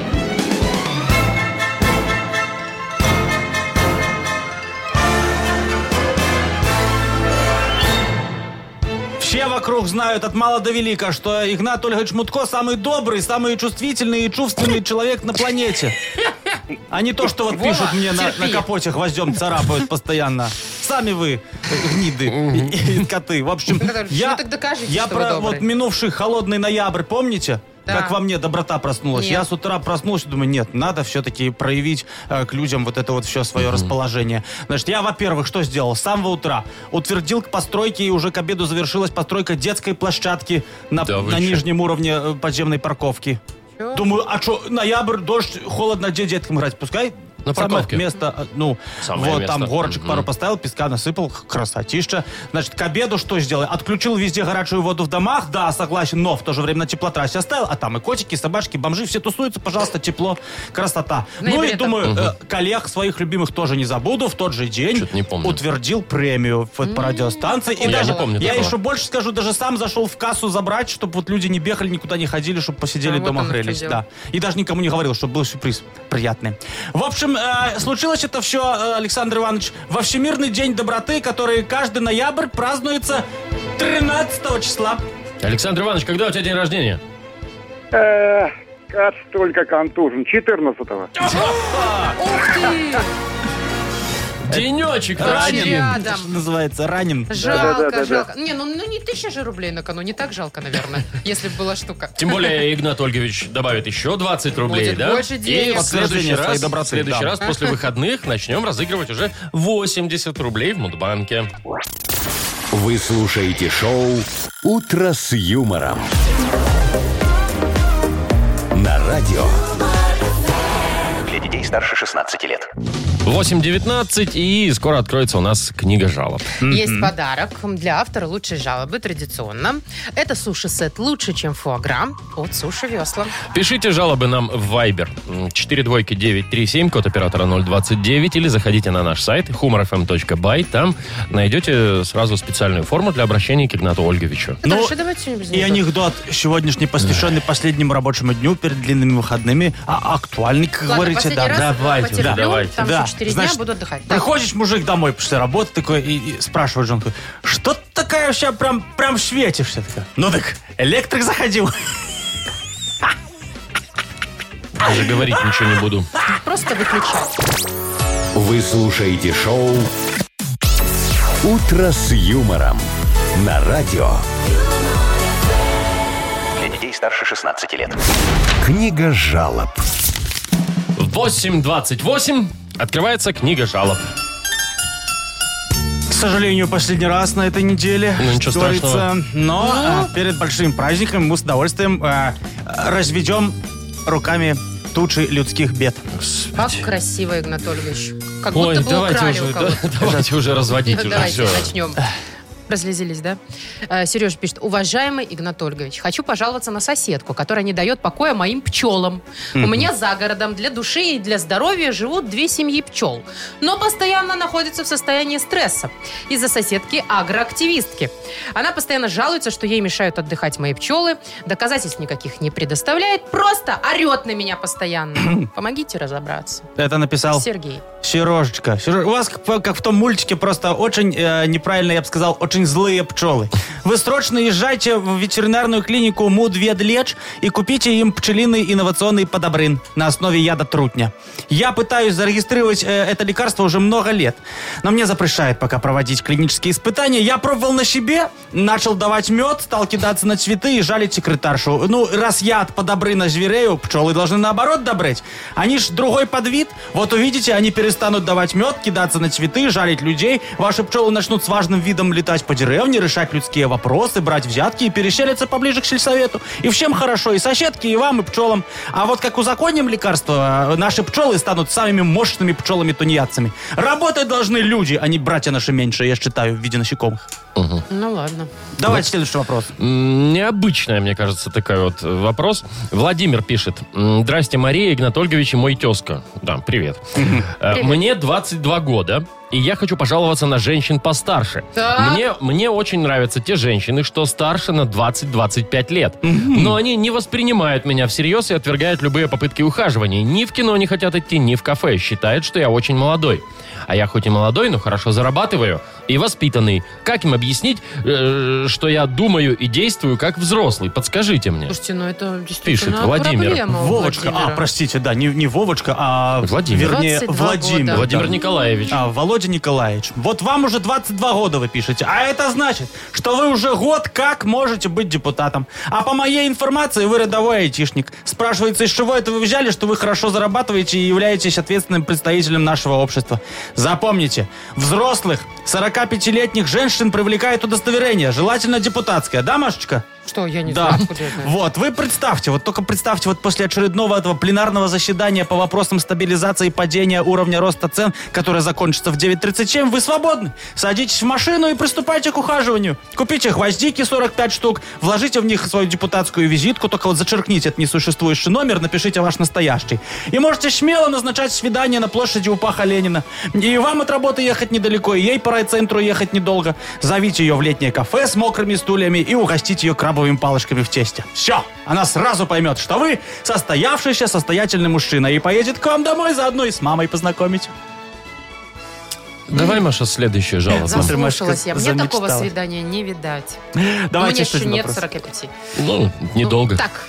Все вокруг знают от мала до велика, что Игнат Ольгович Мутко самый добрый, самый чувствительный и чувственный человек на планете. А не то, что вот
Вова,
пишут мне на, на
терпи.
капоте гвоздем, царапают постоянно. Сами вы, э, гниды и, и коты. В общем,
Игнат Ольгович,
я,
ну так докажите,
я
что вы
про
добрый.
вот минувший холодный ноябрь, помните?
Да.
Как во мне доброта проснулась.
Нет.
Я с утра проснулся, думаю, нет, надо все-таки проявить э, к людям вот это вот все свое расположение. Значит, я, во-первых, что сделал? С самого утра утвердил к постройке, и уже к обеду завершилась постройка детской площадки на,
Да вы
на
чё?
нижнем уровне э, подземной парковки.
Чё?
Думаю, а что, ноябрь, дождь, холодно, где деткам играть? Пускай
На
самое
парковке.
место, э, ну,
Самое
вот
место.
там горочек
Мгм.
пару поставил, песка насыпал, х- красотища. Значит, к обеду что сделал? Отключил везде горячую воду в домах, да, согласен, но в то же время на теплотрассе оставил, а там и котики, и собачки, и бомжи, все тусуются, пожалуйста, тепло, красота.
В
Ну и
ноябре-то.
думаю, э, коллег своих любимых тоже не забуду, в тот же день
Чё-то не помню.
утвердил премию в- по радиостанции. И
Я
даже,
не помню
я
такого.
еще больше скажу, даже сам зашел в кассу забрать, чтобы вот люди не бегали, никуда не ходили, чтобы посидели
А, вот
дома,
оно в чём
хрелись,
дело.
да. И даже никому не говорил, чтобы был сюрприз приятный. В общем, э, случилось это все, э, Александр Иванович, во Всемирный день доброты, который каждый ноябрь празднуется 13 числа.
Александр Иванович, когда у тебя день рождения?
Э, Как только контужен. 14-го.
Ух ты!
Денечек
Ранен.
один.
рядом.
Что называется, ранен.
Жалко,
Да-да-да-да-да.
жалко. Не, ну, ну не тысяча же рублей на кону, не так жалко, наверное, если бы была штука.
Тем более Игнат Ольгович добавит еще 20 рублей,
Будет
да?
больше денег.
И в следующий
Подтверждение своей
раз,
доброты,
в следующий
да.
раз после выходных начнем разыгрывать уже 80 рублей в Мудбанке.
Вы слушаете шоу «Утро с юмором». На радио
Для детей старше 16 лет.
8.19 и скоро откроется у нас книга жалоб.
Есть подарок для автора лучшей жалобы традиционно. Это суши-сет лучше, чем фуагра от Суши Весла.
Пишите жалобы нам в Viber 42937, код оператора 029, или заходите на наш сайт humorfm.by. Там найдете сразу специальную форму для обращения к Игнату Ольговичу.
Ну,
Ну,
хорошо, давайте что-нибудь
И
анекдот.
анекдот сегодняшний, посвященный последнему рабочему дню перед длинными выходными, а актуальный, как
Ладно,
говорите,
последний
да.
раз
давайте,
потерплю,
да, давайте.
Там
Да,
еще 4
значит,
дня буду отдыхать. Да.
Приходишь, мужик, домой после работы такой и, и спрашивает женку, что ты такая вся прям, прям светишься? Такая, ну так, электрик заходил.
Даже говорить ничего не буду.
Просто выключай.
вы слушаете шоу «Утро с юмором». На радио
Для детей старше 16 лет.
«Книга жалоб».
В 8.28 открывается книга жалоб.
сожалению, последний раз на этой неделе.
Ну, ничего
что говорится.
страшного.
Ну?
Но а, перед большим праздником мы с удовольствием а, разведем руками тучи людских бед.
Как красиво, Игнат Ольгович. Как
Ой,
будто бы
давайте
украли
уже,
у кого-то.
да, давайте уже разводить уже.
Давайте
Все.
начнем. Разлезились, да? Сереж пишет. Уважаемый Игнат Ольгович, хочу пожаловаться на соседку, которая не дает покоя моим пчелам. У меня за городом для души и для здоровья живут две семьи пчел, но постоянно находятся в состоянии стресса из-за соседки агроактивистки. Она постоянно жалуется, что ей мешают отдыхать мои пчелы, доказательств никаких не предоставляет, просто орет на меня постоянно. Помогите разобраться.
Это написал
Сергей.
Сережечка. Сереж- У вас, как, в- как в том мультике, просто очень э, неправильно, я бы сказал, очень злые пчелы. Вы срочно езжайте в ветеринарную клинику Мудведлеч и купите им пчелиный инновационный подобрын на основе яда трутня. Я пытаюсь зарегистрировать э, это лекарство уже много лет, но мне запрещают пока проводить клинические испытания. Я пробовал на себе, начал давать мед, стал кидаться на цветы и жалить секретаршу. Ну, раз яд подобрына зверею, пчелы должны наоборот добрать. Они ж другой подвид. Вот увидите, они перестанут давать мед, кидаться на цветы, жалить людей. Ваши пчелы начнут с важным видом летать по деревне, решать людские вопросы, брать взятки и переселиться поближе к сельсовету. И всем хорошо, и соседке, и вам, и пчелам. А вот как узаконим лекарства, э, наши пчелы станут самыми мощными пчелами-тунеядцами. Работать должны люди, а не братья наши меньшие, я считаю, в виде насекомых.
Ну ладно.
Давайте следующий вопрос.
М, Необычная, мне кажется, такой вот э, вопрос. Владимир пишет. М, Здрасте, Мария Игнат Ольгович и мой тезка. Да, привет. Э, Мне 22 года, и я хочу пожаловаться на женщин постарше.
Так.
Мне, мне очень нравятся те женщины, что старше на 20-25 лет. Но они не воспринимают меня всерьез и отвергают любые попытки ухаживания. Ни в кино не хотят идти, ни в кафе. Считают, что я очень молодой. А я хоть и молодой, но хорошо зарабатываю и воспитанный. Как им объяснить, э, что я думаю и действую как взрослый? Подскажите мне.
Слушайте, ну это действительно
Пишет Владимир.
проблема у
Вовочка, а,
Владимира.
простите, да, не, не Вовочка, а
Владимир.
вернее
22
Владимир.
года.
Владимир
да.
Николаевич.
А, Володя Николаевич, вот вам уже 22 года вы пишете, а это значит, что вы уже год как можете быть депутатом. А по моей информации, вы родовой айтишник. Спрашивается, из чего это вы взяли, что вы хорошо зарабатываете и являетесь ответственным представителем нашего общества. Запомните, взрослых 45-летних женщин привлекает удостоверение, желательно депутатское. Да, Машечка?
Что, я не
Да.
знаю, откуда я знаю.
Вот, вы представьте, вот только представьте, вот после очередного этого пленарного заседания по вопросам стабилизации и падения уровня роста цен, которое закончится в 9.37, вы свободны. Садитесь в машину и приступайте к ухаживанию. Купите гвоздики 45 штук, вложите в них свою депутатскую визитку, только вот зачеркните этот несуществующий номер, напишите ваш настоящий. И можете смело назначать свидание на площади у Паха Ленина. И вам от работы ехать недалеко, и ей по райцентру ехать недолго. Зовите ее в летнее кафе с мокрыми стульями и угостите ее крабовыми палочками в тесте. Все, она сразу поймет, что вы состоявшийся состоятельный мужчина и поедет к вам домой заодно и с мамой познакомить.
Давай, Маша, следующую жалобу.
Смотри,
Заслушалась
Машка,
я. Мне такого
замечталась.
свидания не видать. Но
Давайте
Мне
что
еще нет
вопрос.
45.
Ну, недолго.
Ну, Так.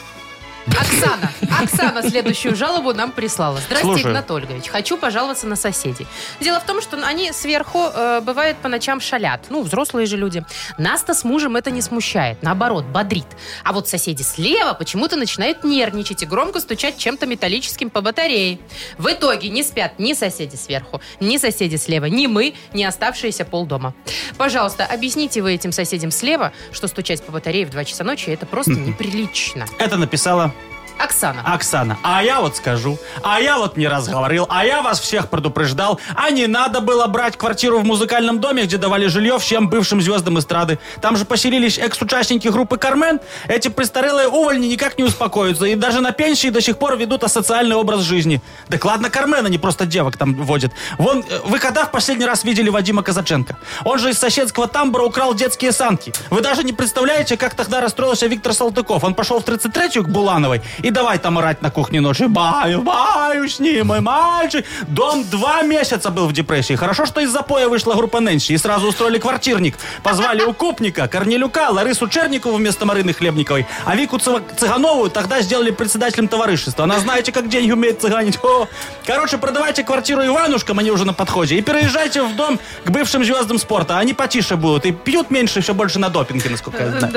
Оксана. Оксана следующую жалобу нам прислала. Здрасте,
Слушаю.
Игнат Ольгович. Хочу пожаловаться на соседей. Дело в том, что они сверху, э, бывает, по ночам шалят. Ну, взрослые же люди. Нас-то с мужем это не смущает. Наоборот, бодрит. А вот соседи слева почему-то начинают нервничать и громко стучать чем-то металлическим по батарее. В итоге не спят ни соседи сверху, ни соседи слева, ни мы, ни оставшиеся полдома. Пожалуйста, объясните вы этим соседям слева, что стучать по батарее в 2 часа ночи это просто неприлично.
Это написала
Оксана.
Оксана, а я вот скажу, а я вот не раз говорил, а я вас всех предупреждал, а не надо было брать квартиру в музыкальном доме, где давали жилье всем бывшим звездам эстрады. Там же поселились экс-участники группы «Кармен». Эти престарелые увольни никак не успокоятся и даже на пенсии до сих пор ведут асоциальный образ жизни. Да ладно «Кармен», они просто девок там водят. Вон, э, вы когда в последний раз видели Вадима Казаченко? Он же из соседского тамбура украл детские санки. Вы даже не представляете, как тогда расстроился Виктор Салтыков. Он пошел в 33-ю к Булановой и давай там орать на кухне ночью. Баю, баю, с ним, мой мальчик. Дом два месяца был в депрессии. Хорошо, что из запоя вышла группа Нэнси и сразу устроили квартирник. Позвали Укупника, Корнелюка, Ларису Черникову вместо Марины Хлебниковой, а Вику Цыва- Цыганову тогда сделали председателем товарищества. Она знаете, как деньги умеет цыганить. О. Короче, продавайте квартиру Иванушкам, они уже на подходе, и переезжайте в дом к бывшим звездам спорта. Они потише будут и пьют меньше, все больше на допинге, насколько я знаю.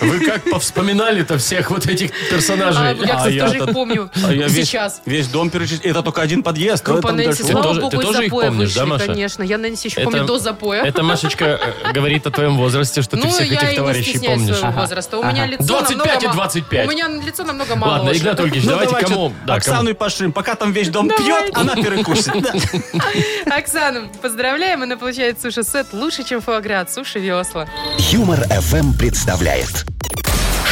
Вы как повспоминали-то всех вот этих этажей.
А, я,
А
кстати,
я
тоже
тут-
их помню.
А я весь-
Сейчас.
Весь дом перечислил. Это только один подъезд.
Группа
Там
Нэнси.
дальше-
Слава
тоже-
богу,
ты
из
тоже их
запоя
помнишь,
вышли,
да, Маша?
конечно. Я Нэнси еще
Это-
помню до запоя.
Это, Машечка, э, говорит о твоем возрасте, что ты
ну,
всех
я
этих
и не
товарищей
стесняюсь э,
помнишь.
своего возраста. У меня лицо
25
намного
и
ма-
25.
У меня лицо намного мало.
Ладно, Игнат Ольгич,
Ну,
давайте
давай,
кому?
чё-
да,
Оксану
кому?
и Пашим. Пока там весь дом пьет, она перекусит. Да.
Оксану, поздравляем. Она получает суши-сет лучше, чем фуаград. Суши-весла.
Юмор FM представляет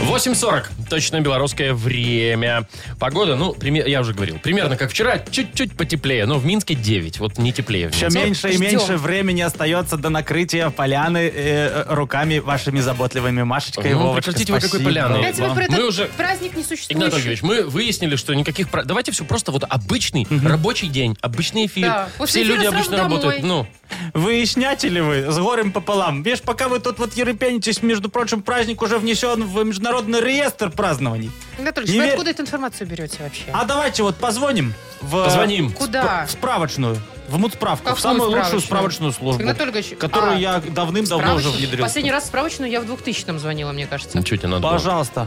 8.40. Точно белорусское время. Погода, ну, пример- я уже говорил, примерно как вчера, чуть-чуть потеплее, но в Минске 9. Вот не теплее. в
Все
Минске.
меньше и
ждем.
меньше времени остается до накрытия поляны э, руками вашими заботливыми Машечкой. и
Ну,
Вовочкой.
прекратите вы какой
Спасибо
поляны.
вам.
Я тебе про
Мы
этот
уже-
праздник не
Игнат
существует.
Ольгович, мы выяснили, что никаких... про- Давайте все просто вот обычный рабочий день, обычный эфир.
Да, после
Все люди
эфира
обычно
сразу
работают.
домой.
Ну,
Выясняете ли вы с горем пополам? Видишь, пока вы тут вот ерепенитесь, между прочим, праздник уже внесен в международный реестр празднований.
Игнат Ольгович,
Не
вы
верь-
откуда эту информацию берете вообще?
А давайте вот позвоним в...
позвоним.
Куда?
в справочную. В мудсправку.
Какую
в самую лучшую
справочную?
справочную службу.
Игнат Ольгович,
Которую
а,
я давным-давно уже
Справочную?
внедрил.
Последний раз в справочную я в 2000-м звонила, мне кажется.
Ну, что тебе надо было?
Пожалуйста.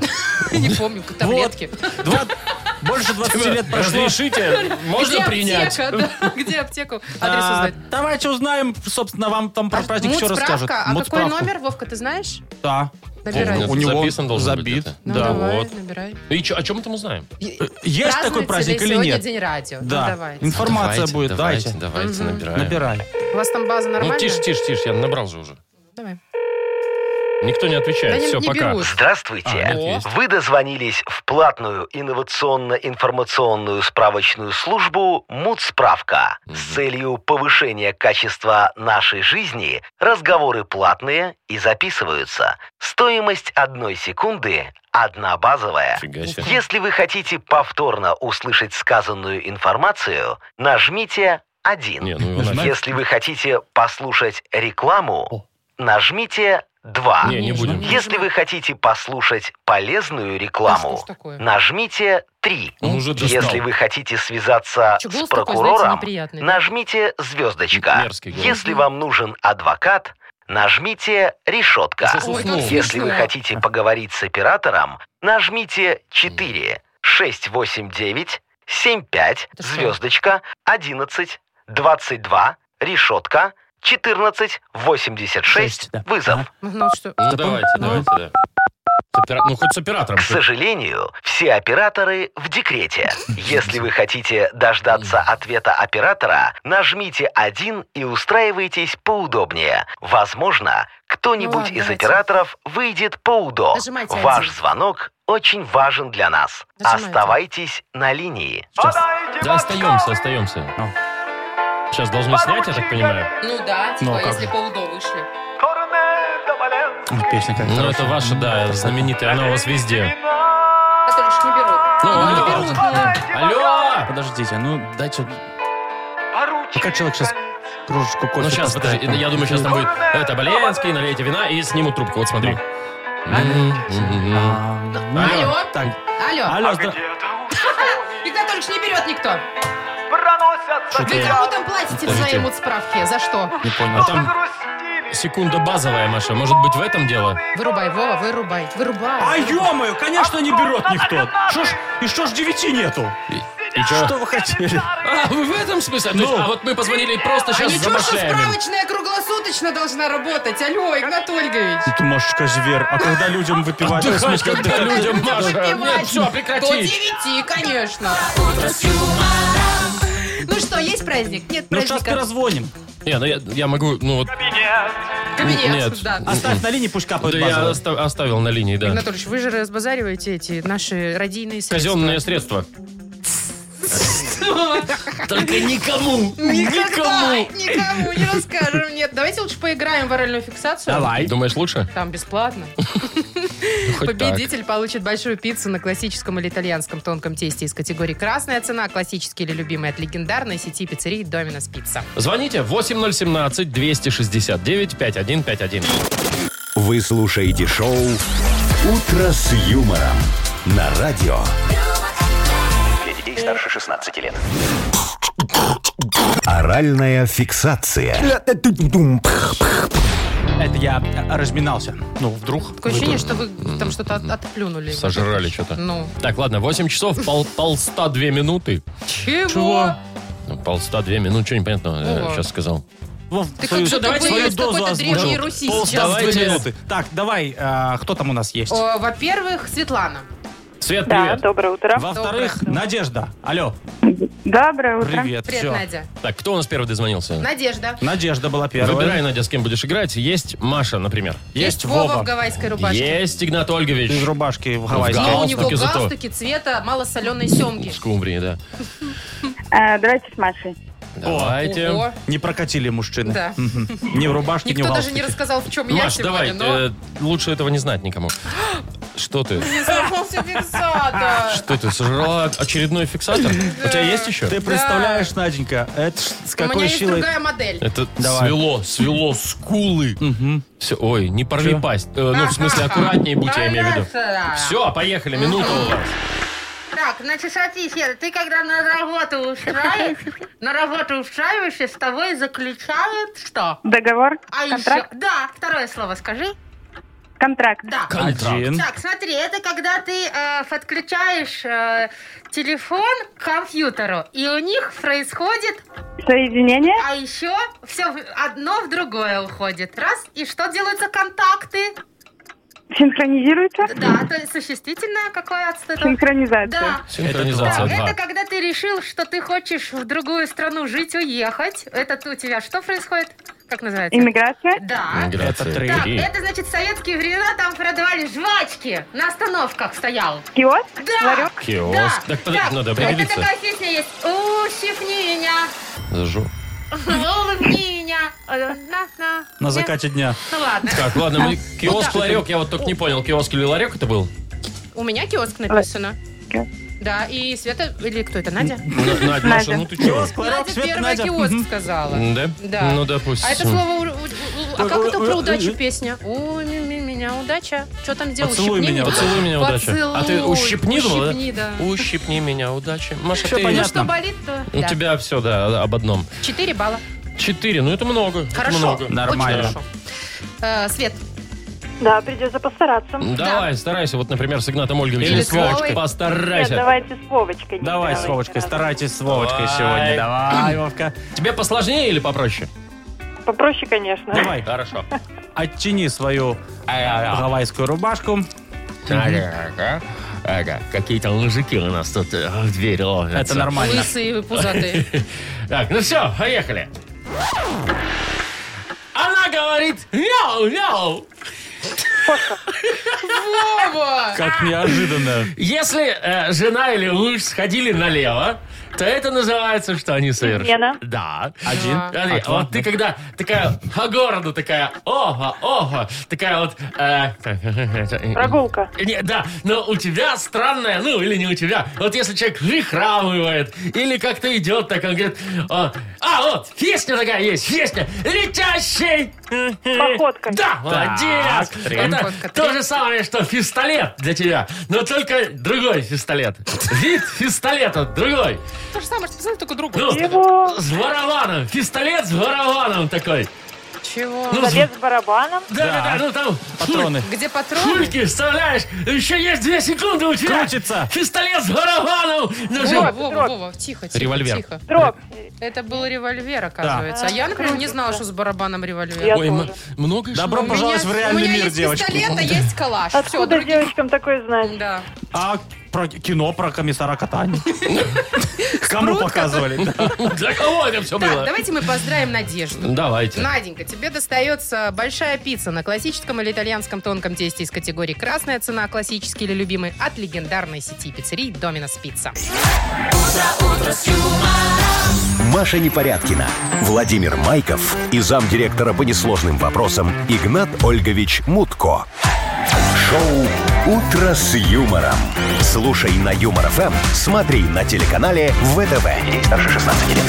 Не помню, таблетки.
Вот. Два- Больше 20 лет прошло.
Разрешите, можно
Где
принять.
аптека? Да, Где аптеку? Адрес
А,
узнать.
Давайте узнаем, собственно, вам там про праздник все
Мудсправка?
расскажут.
А какой
Мудсправку.
номер, Вовка, ты знаешь?
Да.
Набирай.
У него записан должен быть
забит.
это.
Ну,
да,
давай,
вот.
набирай.
И чё- о чем это мы знаем?
Э, Есть
Празднуется
такой
ли
праздник или
сегодня
нет?
день радио? Ну,
Да.
давайте.
Информация
Давайте,
будет.
Давайте,
Давайте.
давайте, набираем.
Набирай.
У вас там база
Ну,
нормальная?
тише, тише, тише, я набрал же уже.
Давай.
Никто не
Да
отвечает.
не,
Все,
не
пока.
берут.
А,
Здравствуйте.
нет, есть.
Вы дозвонились в платную инновационно-информационную справочную службу «Мудсправка». С целью повышения качества нашей жизни разговоры платные и записываются. Стоимость одной секунды – одна базовая.
Фига себе.
Если вы хотите повторно услышать сказанную информацию, нажмите «1».
Не, ну его нафиг.
Если вы хотите послушать рекламу, нажмите 2.
Не, не будем.
Если вы хотите послушать полезную
Да А что ж
рекламу,
такое?
нажмите 3.
Он уже достал.
Если вы хотите связаться
Чё,
с
голос такой, знаете,
прокурором,
неприятный.
нажмите
М-
звездочка.
мерзкий голос.
Если вам нужен адвокат, нажмите решетка.
Сейчас
Ой, как
уснул.
Если вы
смешно.
хотите поговорить с оператором, нажмите 4, 6, 8, 9, 7, 5,
Это что?
звездочка, 11, 22, решетка, 14, 86,
Шесть, да.
вызов.
Ну, ну, что?
Ну, давайте,
Ну.
давайте, да. С опера- Ну, хоть с оператором.
К сожалению, все операторы в декрете. Если вы хотите дождаться ответа оператора, нажмите 1 и устраивайтесь поудобнее. Возможно,
Ну
кто-нибудь
ладно,
из
давайте.
операторов выйдет по УДО.
Нажимайте
Ваш
1.
звонок очень важен для нас.
Нажимаю.
Оставайтесь на линии.
Сейчас. Да, остаемся, остаемся.
Ну.
Сейчас должны снять, я так понимаю.
Ну да, типа,
Ну, как
если по УДО вышли.
Ну, Песня как
Ну,
хорошая.
это ваша, да, знаменитая, она у вас везде.
Это лишь не берут.
Ну,
Ну,
ну,
не берут. ну.
Алло!
а, Подождите, ну дайте... Пока человек сейчас кружечку кофе
Ну, сейчас, подожди,
поставит,
я думаю, сейчас там будет это Боленский, налейте вина и снимут трубку. Вот смотри.
Ну.
М-м-м. М, м, м.
А,
Алло.
Так,
Алло.
алло, зда-
Игнат Ольгович не берет никто. Вы
Что-то я
кому там платите в своей
Подождите.
мудсправке? За что?
не
А
понял.
там секунда базовая, Маша. Может быть, в этом дело?
Вырубай, Вова, вырубай.
А
Вырубай.
ё-моё, конечно, не берет никто. Что ж, и что ж девяти нету?
И чё?
Что вы хотели?
А, вы в этом смысле? То есть,
Ну.
а вот мы позвонили и просто
А
сейчас
ничего, что
замышляем.
справочная круглосуточно должна работать. Алло, Игнат Ольгович.
Ты, Машечка, зверь. А когда людям выпивать? В
Отдыхать,
смысле,
когда
отдыхать?
людям, Маша. Нет,
Выпивать
все,
До
прекрати.
девяти, конечно. Ну что, есть праздник? Нет
Ну, сейчас
праздника.
перезвоним.
Не, ну я, я могу, ну вот,
Кабинет,
Нет.
да.
Оставь на линии, пусть капает
да я
базовая.
оста- оставил на линии, да.
Анатольевич, вы же разбазариваете эти наши радийные средства.
Казенные средства. Только никому,
Никогда, никому не расскажем. Нет, давайте лучше поиграем в оральную фиксацию.
Думаешь, лучше?
Там бесплатно.
Ну, Хоть так.
Победитель получит большую пиццу на классическом или итальянском тонком тесте из категории «Красная цена», классический или любимый от легендарной сети пиццерий «Доминос Пицца».
Звоните 8017-269-5151.
Вы слушаете шоу Утро с юмором на радио.
Для детей старше 16 лет.
Оральная фиксация.
Это я э, разминался. Ну, вдруг.
Такое ощущение, что вы там что-то от- отплюнули.
Сожрали что-то.
Ну.
Так, ладно, 8 часов, пол, полста две минуты.
Чего?
Ну, Полста две минуты, что непонятно,
О.
сейчас сказал.
Вов,
Ты
свою-
как будто
свою
бы из
дозу
какой-то
озвучил.
Древней Руси
Пол-
сейчас.
давайте.
Две
минуты. Так, давай, э, кто там у нас есть?
О, Во-первых, Светлана.
Свет,
Да,
привет.
доброе утро.
Во-вторых, Надежда. Алло.
Доброе утро.
Привет.
Привет,
всё.
Надя.
Так, кто у нас первый дозвонился?
Надежда.
Надежда была первая.
Выбирай, Надя, с кем будешь играть. Есть Маша, например.
Есть
Вова
Вова.
в гавайской рубашке.
Есть Игнат
Из
Ольгович.
рубашки в
Галстуке.
Гавайской.
Но у него
Галстуки зато.
галстуки цвета малосоленой семги.
Скумбрии, да.
А, давайте с Машей.
Давайте.
Ого.
Не прокатили мужчины.
Да.
Мгм. Ни в рубашке, ни в
Никто даже не
галстуке.
рассказал, в чем я
Маш, давай.
сегодня, но...
э, лучше этого не знать никому. Что ты?
Не сломался фиксатор.
Что ты, сожрала очередной фиксатор? У тебя есть еще?
Ты представляешь, Наденька, это ж с
У меня
какой
есть
силой...
другая модель.
Это
Давай.
свело, свело скулы. Всё, ой, не порви пасть. Э, ну, в смысле, аккуратней будь, я имею в виду. Все, поехали, минута у вас.
Так, значит, садись, Еда, ты когда на работу устраиваешь, на работу устраиваешься, с тобой заключают что?
Договор,
А еще,
контракт,
да, второе слово скажи.
контракт.
Да.
Контракт.
Один.
Так, смотри, это когда ты э, подключаешь э, телефон к компьютеру, и у них происходит,
Соединение.
а еще все одно в другое уходит. Раз, и что делаются контакты?
Синхронизируется.
Да, то есть существительное какое от этого?
Синхронизация.
Да.
Синхронизация
Так,
2.
это когда ты решил, что ты хочешь в другую страну жить, уехать. Это т- у тебя что происходит? Как называется?
Иммиграция.
Да.
Миграция
Это три.
Так,
три.
это значит в советские времена там продавали жвачки. На остановках стоял.
Киоск.
Да.
Ларек.
Киоск.
Да.
Так, подожди, надо
это
определиться.
такая песня есть. Ущипни меня,
Зажжу.
улыбни меня. Э, на- на.
На закате дня.
Ну ладно.
Так, ладно, мы... киоск, ларек, я вот только не понял, киоск или ларек это был?
У меня киоск написано. Да, и Света, или кто это, Надя?
Н- Надь, Маша, ну ты чего?
Киоск, ларек,
Надя
свет,
первая
Надя.
киоск
Мгм.
сказала.
Да?
Да.
Ну, допустим.
А это слово... у- у- у- А как это про удачу песня? У ми- ми- меня удача. Что там делаешь?
Поцелуй меня,
Поцелуй меня, удача.
Поцелуй.
А ты ущипни, думала,
Ущипни, да.
Ущипни меня, удачи. Маша, ты...
Ну
понятно.
что болит, то...
У
да.
тебя все, да, об одном.
Четыре балла.
Четыре, ну это много. это
Хорошо.
много.
Нормально.
Очень хорошо. Э, Свет,
Да, придется постараться.
Ну, Давай, старайся. Вот, например, с Игнатом Ольговичем.
Или с Вовочкой.
Нет,
Постарайся.
давайте с Вовочкой. не
Давай с
давайте
Вовочкой,
раз.
старайтесь с Вовочкой
Давай.
сегодня. Давай, Вовка.
Тебе посложнее или попроще?
Попроще, конечно.
Давай,
Хорошо.
оттяни свою гавайскую рубашку.
а, Ага, ага. Какие-то мужики у нас тут э, в дверь ловятся.
Это нормально.
лысые, пузатые.
Так, ну все, поехали. Она говорит, мяу, мяу.
Вова!
Как неожиданно.
Если э, жена или муж сходили налево, то это называется, что они совершили.
Измена.
Да.
Один.
Смотри,
Отвал.
вот ты когда такая по городу такая, ого, ого, такая вот... э,
Прогулка.
Не, да, но у тебя странная, ну или не у тебя. Вот если человек прихрамывает или как-то идет так, он говорит, а, а, вот, песня такая есть, песня, летящий.
Э,
Походка.
Да, молодец.
три.
Это
Походка, три.
то же самое, что пистолет для тебя, но только другой пистолет. Вид пистолета другой.
То же самое, что писали, только другой.
Ну,
Его
с барабаном, пистолет с барабаном такой.
Чего?
Ну, с-
залез с барабаном.
да, да, да, ну там
Патроны.
Где патроны?
Пульки вставляешь, еще есть две секунды у тебя.
Крутится.
Пистолет с барабаном. Ну,
Вова,
же,
Вова, Вова, тихо, тихо,
Револьвер.
тихо.
Строк.
Это был револьвер, оказывается. А я, например, не знала, что с барабаном револьвер.
Я
Ой, м-
тоже.
много что.
Добро
У меня-
пожаловать в
У
реальный
меня
мир,
есть
девочки.
пистолет, а есть калаш. Все,
Откуда
другие...
девочкам такое знать?
Да.
А про кино про комиссара Катани. Кому показывали? да.
Для кого это все
Так,
было?
давайте мы поздравим Надежду.
Давайте.
Наденька, тебе достается большая пицца на классическом или итальянском тонком тесте из категории «Красная цена», «Классический» или «Любимый» от легендарной сети пиццерий «Доминос Пицца».
Маша Непорядкина, Владимир Майков и замдиректора по несложным вопросам Игнат Ольгович Мутко. Шоу «Утро с юмором». Слушай на Юмор ФМ, смотри на телеканале ВТВ. Ей старше 16 лет.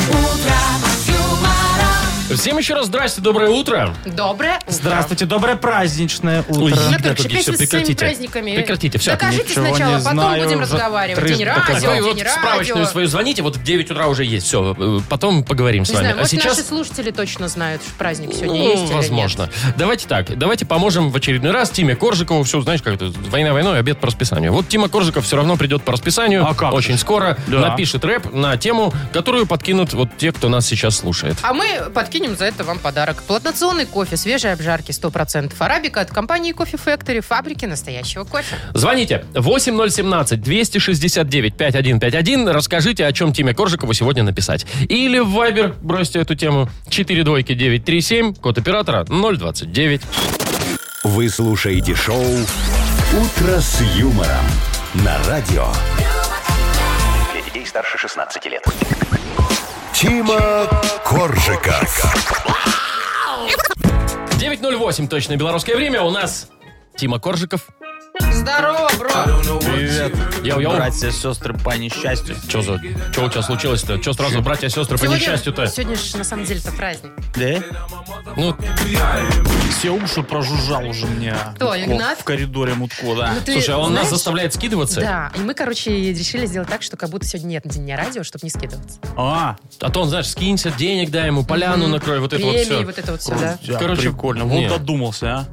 Всем еще раз здрасте, доброе утро.
Доброе утро.
Здравствуйте, доброе праздничное утро.
Ой,
Яков Ильич,
Яков Ильич,
опять
всё,
вы Ну,
Э,
с своими
прекратите.
праздниками.
Прекратите, всё.
Докажите
Ничего
сначала,
не
потом
знаю,
будем
уже
разговаривать.
треск
День
такой.
Так,
радио,
вы
день
вот
радио.
справочную свою звоните, вот в 9 утра уже есть. Все, потом поговорим с
Не
вами.
знаю,
а
может,
сейчас...
наши слушатели точно знают, что праздник сегодня
Ну,
есть или нет.
возможно. Давайте так, давайте поможем в очередной раз Тиме Коржикову. Все, знаешь, как это, война войной, обед по расписанию. Вот Тима Коржиков все равно придет по расписанию.
А как
Очень
же?
скоро
Да.
напишет рэп на тему, которую подкинут вот те, кто нас сейчас слушает.
А мы подкинем за это вам подарок. Плантационный кофе свежей обжарки 100%. Арабика от компании Coffee Factory, фабрики настоящего кофе.
Звоните 8017-269-5151. Расскажите, о чем Тиме Коржикову сегодня написать. Или в Viber бросьте эту тему. 4 двойки 937, код оператора 029.
Вы слушаете шоу «Утро с юмором» на радио.
Для детей старше 16 лет.
Тима Коржика.
908 точное белорусское время. У нас Тима Коржиков.
Здорово,
А,
бро!
Привет.
Йоу, йоу.
Братья, сестры, по несчастью.
Что за... Что у тебя случилось-то? Что сразу братья и сестры по несчастью-то?
сегодня же на самом деле-то праздник.
Да?
Ну,
Все уши прожужжал уже мне.
Кто,
Мутко,
Игнат?
В коридоре Мутко, да.
Ну, ты
слушай, а он нас
знаешь-
заставляет скидываться?
Да, и мы, короче, решили сделать так, что как будто сегодня нет Дня радио, чтобы не скидываться.
А,
А то он, знаешь, скинься, денег дай ему, поляну накрой, вот это вот
Премии,
все.
вот это вот все, да.
да,
Короче,
прикольно. Вот
не.
додумался, а.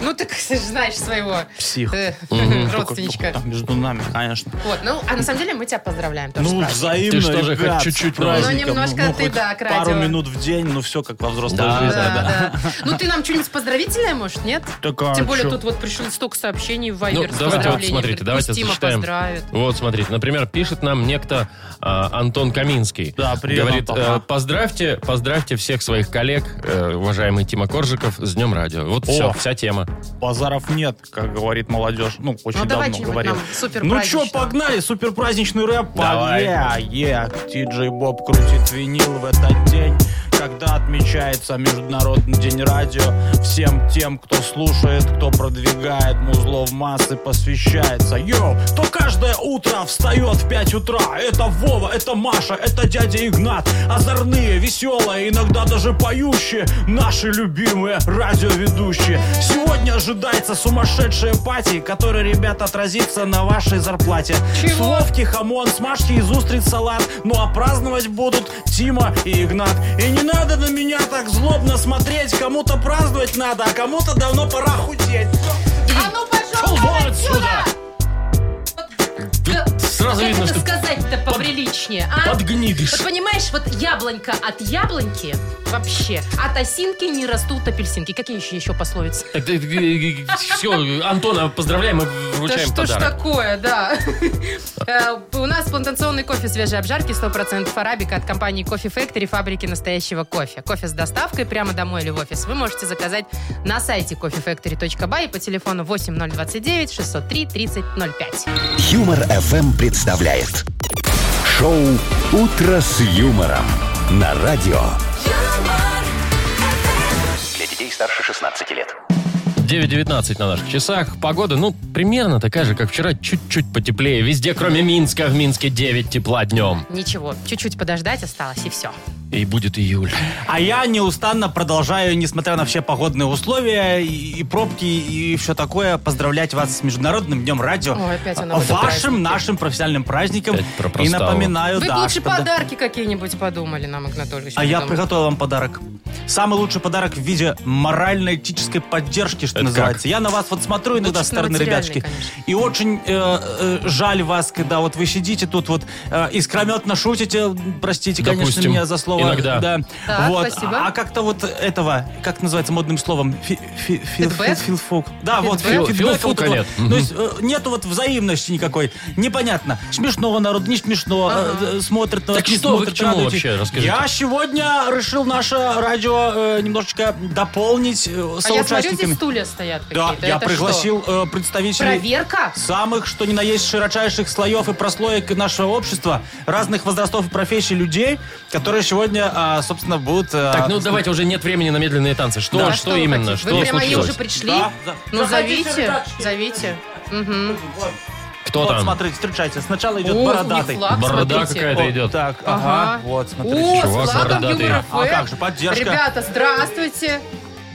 Ну, Ну, ты ты же знаешь своего
Псих.
э,
Только- только
родственничка.
там между нами, конечно.
Вот, ну, а на самом деле мы тебя поздравляем. тоже с
Ну,
праздником.
взаимно,
Ты ж тоже
ребят,
хоть чуть-чуть
с праздником.
Ну, немножко
Ну,
ты,
хоть
да, к
Пару
радио.
минут в день, ну все как во взрослой
Да,
жизни.
Да, да. Ну, ты нам что-нибудь поздравительное, может, нет?
Так, а
Тем более
чё?
тут вот пришло столько сообщений в
Ну,
Viber с
давайте вот
поздравлениями.
смотрите,
Говорит,
давайте
«Пусть Тима
зачитаем.
поздравит.
Вот, смотрите, например, пишет нам некто а, Антон Каминский.
Да, привет,
Говорит,
Антон.
э, поздравьте, поздравьте всех своих коллег, э, уважаемый Тима Коржиков, с Днем Радио. Вот
О.
все, вся тема.
Базаров нет, как говорит молодежь. Ну, очень
Ну, давай
давно
что-нибудь
говорил.
нам супер
Ну чё,
праздничного.
погнали, супер праздничный рэп.
Давай.
Е, е, Ти-Джей Боб крутит винил в этот день, когда отмечается Международный день радио. Всем тем, кто слушает, кто продвигает музло в массы, посвящается. Йоу, кто каждое утро встает в 5 утра. Это Вова, это Маша, это дядя Игнат. Озорные, веселые, иногда даже поющие наши любимые радиоведущие. Сегодня ожидается сумасшедшая пати, которая, ребята, отразится на вашей зарплате. С Вовки хамон, смажки из устриц салат. Ну а праздновать будут Тима и Игнат. И не надо на меня так злобно смотреть. Кому-то праздновать надо, а кому-то давно пора худеть.
А ну, пошел
Пошёл
вон
вон
отсюда! Да,
сразу
как
видно,
это
что
сказать-то поприличнее, а? Вот
Подгнидыш.
понимаешь, вот яблонька от яблоньки вообще, от осинки не растут апельсинки. Какие еще, еще пословицы?
Э, Все, Антона поздравляем и вручаем
да что ж
подарок.
такое, да. Э, У нас плантационный кофе свежей обжарки 100% арабика от компании Coffee Factory, фабрики настоящего кофе. Кофе с доставкой прямо домой или в офис вы можете заказать на сайте coffeefactory.by и по телефону 8029 603 3005.
Юмор FM представляет шоу Утро с юмором на радио.
юмор,
Для детей старше 16 лет.
9.19 на наших часах. Погода, ну, примерно такая же, как вчера, чуть-чуть потеплее. Везде, кроме Минска. В Минске 9 тепла днем.
Ничего, чуть-чуть подождать осталось и все.
И будет июль.
А я неустанно продолжаю, несмотря на все погодные условия и, и пробки, и все такое, поздравлять вас с Международным днем радио. Э,
Ой, опять она в этом празднике.
вашим нашим профессиональным праздником.
Опять про
и
проставу.
напоминаю,
Вы бы
Э, да.
лучше
что да-
подарки какие-нибудь подумали нам, Игнатольевич.
А я
придумал.
приготовил вам подарок. Самый лучший подарок в виде морально-этической поддержки, что
Это
называется. Я на вас вот смотрю иногда,
чисто
стороны
материальный,
ребятушки,
конечно.
и очень э, э, жаль вас, когда вот вы сидите тут вот э, искрометно шутите, простите, конечно,
Допустим.
меня за слово.
Иногда.
Да.
Так,
вот.
спасибо.
А как-то вот этого, как называется модным словом? Фи- фи- фи-
Фидбэк?
фи- Филфук. Да, вот
Фидбэк?
фи-
Фил-
фидбэка
филфука
вот этого.
нет. Мгм.
То есть э, нету вот взаимности никакой. Непонятно. Смешного народу, не смешного. э, э, Смотрят на
Так
вас, не
что вы
смотрят,
к чему
радуетесь.
вообще? Расскажите.
Я А сегодня решил наше радио э, немножечко дополнить э,
А я смотрю, здесь
соучастниками.
стулья стоят
Да,
какие-то.
я
Это
пригласил э,
что,
представителей
Проверка?
самых, что ни на есть, широчайших слоев и прослоек нашего общества, разных возрастов и профессий людей, которые сегодня, а, собственно, будут... а,
Так, ну давайте, уже нет времени на медленные танцы. Что,
Да,
что,
вы
именно?
хотите?
Что
Вы прямо они
случилось?
уже пришли?
Да, за-
Ну,
заходите,
зовите,
ребятушки.
зовите. Мгм.
Кто
вот,
там?
смотрите, встречайте. Сначала идет
О, у них
бородатый.
флаг,
Борода
смотрите.
какая-то. Это
Вот
идет.
Так, ага.
Ага.
Вот, смотрите.
О,
чувак
с флагом
бородатый.
юмора
А как же, поддержка.
Ребята, здравствуйте.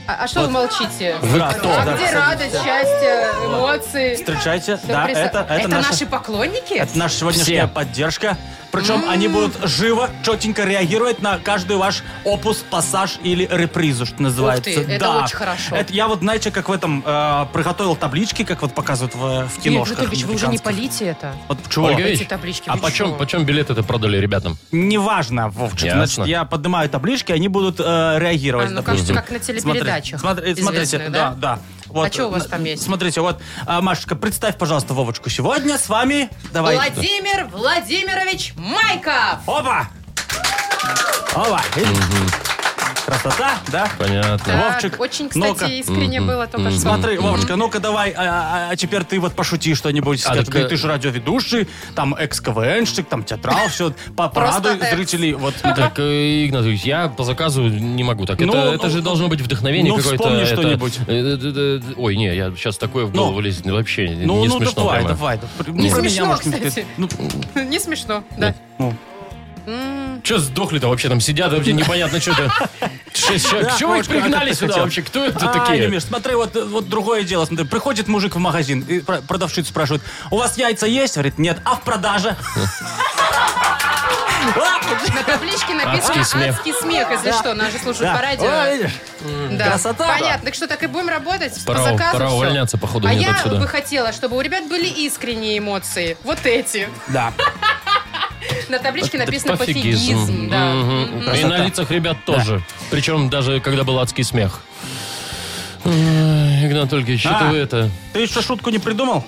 А, а что вы молчите?
Вы кто?
А
Да,
где
кстати,
радость, счастье, эмоции?
Встречайте.
Да,
Да,
прис-
это, это, наша-
наши поклонники?
Это наша сегодняшняя
Все.
поддержка. Причем они будут живо, четенько реагировать на каждый ваш опус, пассаж или репризу, что называется.
Ух ты, это
Да.
очень хорошо.
Это я вот, знаете, как в этом э, приготовил таблички, как вот показывают в, в
Юрий
киношках.
Анатольевич, вы уже не
американских.
полите это.
Вот чего?
Ольга
Эти
Вич,
таблички.
А
вы
почем,
чего?
почем билет это продали ребятам?
Неважно, Вовчик.
Ясно.
Значит, я поднимаю таблички, они будут э, реагировать.
А, ну,
допустим.
как- как на телепередачах
Смотри- смотри- смотрите,
известных,
да,
да?
да. Вот,
А что у вас там
э,
есть?
Смотрите, вот, а, Машечка, представь, пожалуйста, Вовочку. Сегодня с вами... Давай.
Владимир Владимирович Майков!
Опа! Опа! Видишь? Красота, да?
Понятно.
Так,
Вовчик,
очень,
ну-ка.
кстати, искренне было только что.
Смотри, Вовочка, ну-ка давай, а, а- а теперь ты вот пошути что-нибудь.
А,
Скажи,
так,
ты,
э,
ты же радиоведущий, там экс-КВНщик, там театрал, все, порадуй
экс.
зрителей. Вот
Так, э, Игнат, Ильич, я по заказу не могу так.
Ну,
это,
ну,
это же должно быть вдохновение
ну,
какое-то.
вспомни
это-
что-нибудь.
э, э, э, Ой, не, я сейчас такое в
Ну.
голову лезет вообще не-
Ну,
не
ну
смешно
давай,
прямо.
давай. да. Ну,
Не
про меня,
смешно,
может, не
кстати.
сказать. Ну,
Не смешно, да.
ну.
М,
Че сдохли-то вообще там сидят, вообще непонятно, что это. Шесть человек.
Да,
Чего вы их
Вовочка, а
пригнали
ты
сюда
хотел?
вообще? Кто это
А,
такие?
Любимиш, смотри, вот, вот другое дело. Смотри, приходит мужик в магазин, и про- продавщица спрашивает, у вас яйца есть? Говорит, нет. А в продаже?
На табличке написано
Адский смех.
«Адский смех», если что. Нас же
Да.
слушают по
О,
радио.
видишь?
Да.
Красота.
Понятно. Так что так и будем работать?
Пора-
по заказу
пора
всё.
увольняться, походу,
А
нет,
я
отсюда.
бы хотела, чтобы у ребят были искренние эмоции. Вот эти.
Да.
На табличке
Да
написано
пофигизм.
«пофигизм». да.
Мгм.
Мгм.
И на лицах ребят тоже. Причем даже когда был адский смех. Ой, Игнат Ольгович, что
А.
вы это...
Ты еще шутку не придумал?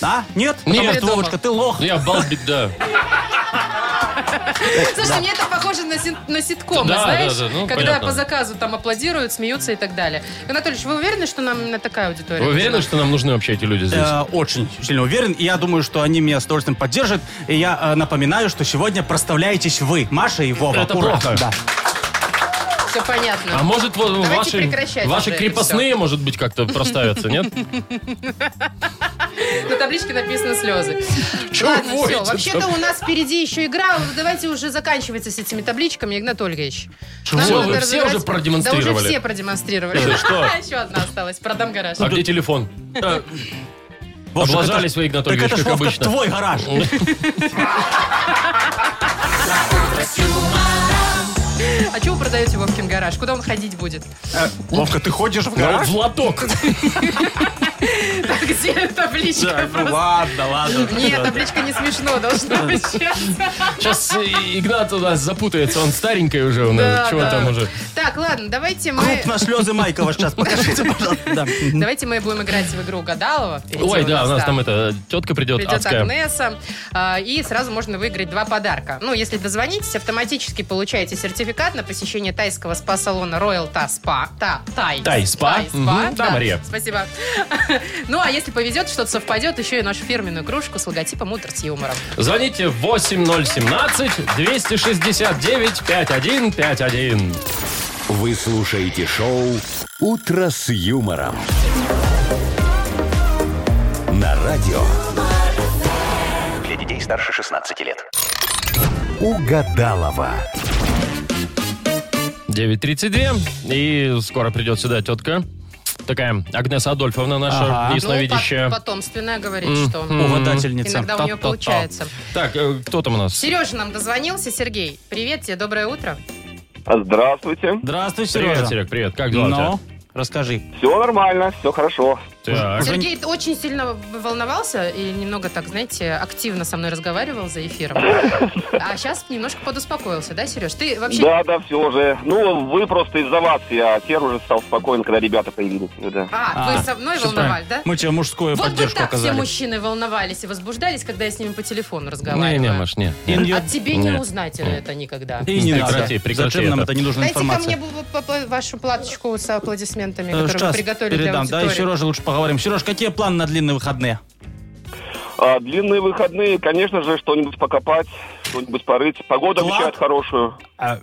А? Нет? Потому что,
Придумал.
Вовочка, ты лох.
Ну, Я балбит, да.
Слушай, мне это похоже на, син- на ситком,
Да,
знаешь,
да, да, ну,
когда
понятно.
по заказу там аплодируют, смеются и так далее. Анатольевич, вы уверены, что нам именно такая аудитория?
Вы уверены,
нужна?
что нам нужны вообще эти люди здесь?
Э, Очень сильно уверен. И я думаю, что они меня с удовольствием поддержат. И я э, напоминаю, что сегодня проставляетесь вы, Маша и Вова.
Это
Ура.
плохо.
Да.
Все понятно.
А может, вот
Давайте
ваши,
прекращать
ваши
уже это
крепостные, может быть, как-то проставятся, нет?
На табличке написано слезы.
Чего
Ладно,
вы воете-то?
все. Вообще-то у нас впереди еще игра. Давайте уже заканчивайте с этими табличками, Игнат Ольгович. Нам
Чего?
надо
Вы все
разыграть-
уже продемонстрировали.
Да уже все продемонстрировали.
Ты что?
Еще одна осталась. Продам гараж.
А где телефон?
Вовчик,
Облажались
Э, это ж-
вы, Игнат
Так
Ольгович,
это ж,
как
Вовка,
обычно.
твой гараж.
А чего вы продаете Вовкин гараж? Куда он ходить будет?
Э, Вовка, ты ходишь в
Ну,
гараж?
В лоток.
Где табличка?
Так, ну
просто?
ладно, ладно.
Нет,
Э,
табличка не смешно должна быть сейчас.
Сейчас э, Игнат у нас запутается, он старенький уже, он, э,
Да,
чего
да.
там уже.
Так, ладно, давайте мы...
Крупно слезы Майкова сейчас покажите, пожалуйста. да.
Давайте мы будем играть в игру Гадалова. Впереди
Ой, да, у нас там
да.
это тетка придет,
Придет
адская.
Агнеса, а, и сразу можно выиграть два подарка. Ну, если дозвонитесь, автоматически получаете сертификат на посещение тайского спа-салона Royal Ta Spa. Та, тай.
Тай спа. Мгм. Да, Мария.
Спасибо. Ну, а если повезет, что-то совпадет, еще и нашу фирменную кружку с логотипом «Утро с юмором». Ну,
Звоните 8017-269-5151.
Вы слушаете шоу «Утро с юмором». На радио
Для детей старше 16 лет.
«Угадалова».
9.32. И скоро придет сюда тетка. Такая Агнеса Адольфовна наша,
Ага.
ясновидящая.
Ну, пот- потомственная говорит, что
Угадательница.
иногда у
Та-та-та.
нее получается.
Так, э, кто там у нас?
Сережа нам дозвонился. Сергей, привет тебе, доброе утро.
Здравствуйте.
Здравствуй,
Сережа,
Сережа.
Серег, привет. Как дела у тебя?
Ну, расскажи.
Все нормально, все хорошо.
Так.
Уже
Сергей очень сильно волновался и немного так, знаете, активно со мной разговаривал за эфиром. А сейчас немножко подуспокоился, да, Сереж? Ты вообще...
Да, да, все уже. Ну, вы просто из-за вас. Я теперь уже стал спокоен, когда ребята появились. Да.
А,
А,
вы со мной
всё
волновались, да?
Мы тебе мужскую
Вот бы
поддержку
так все
оказали.
мужчины волновались и возбуждались, когда я с ними по телефону
Не,
разговариваю.
не, Маш, не. Э, не.
И не-
От тебе не
Нет.
узнать это никогда.
И не надо.
Прекрати, прекрати
Зачем нам
это.
это не нужна
Дайте ко мне
информация?
бу- бу- бу- вашу платочку с аплодисментами,
Э,
которую вы
щас
приготовили
передам.
для
Да, и
аудитории.
Сереже лучше поговорим. Сереж, какие планы на длинные выходные?
А, длинные выходные, конечно же, что-нибудь покопать,
что-нибудь порыть. Погода
Клад?
обещает хорошую.
А,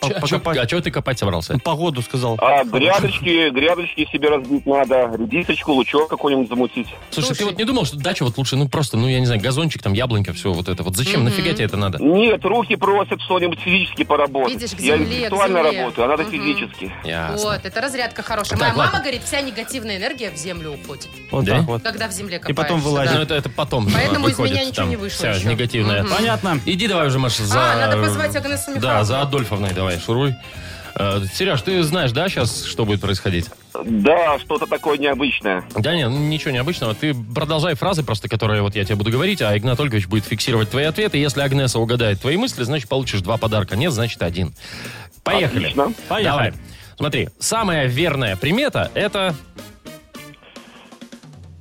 по-
А чё-
покопать-
а чего ты копать собрался?
Погоду сказал.
А грядочки, грядочки себе разбить надо, редисочку, лучок какой-нибудь замутить.
Слушай, ты вот не думал, что дача вот лучше, ну просто, ну я не знаю, газончик, там яблонька, все вот это. Вот зачем, нафига тебе это надо?
Нет, руки просят что-нибудь физически поработать.
Видишь, к
Я
земле, к
интеллектуально
земле.
работаю, а надо
Мгм.
физически.
Ясно.
Вот, это разрядка хорошая.
Так,
Моя
ладно.
мама говорит, вся негативная энергия в землю уходит,
Вот
Да?
так вот.
когда в земле копаешься.
И потом вылазит.
Ну
да.
это, это потом
Поэтому
э,
из меня
выходит
ничего
там
не вышло
вся
еще.
негативная.
Мгм.
Понятно.
Иди давай уже, Маша, за...
А, надо позвать Агнесу
Да,
Михайловну.
за Адольфовной давай, шуруй. Э, Сереж, ты знаешь, да, сейчас, что будет происходить?
Да, что-то такое необычное.
Да нет, ничего необычного. Ты продолжай фразы просто, которые вот я тебе буду говорить, а Игнат Ольгович будет фиксировать твои ответы. Если Агнеса угадает твои мысли, значит, получишь два подарка. Нет, значит, один. Поехали.
Отлично.
Давай. Смотри, самая верная примета – это,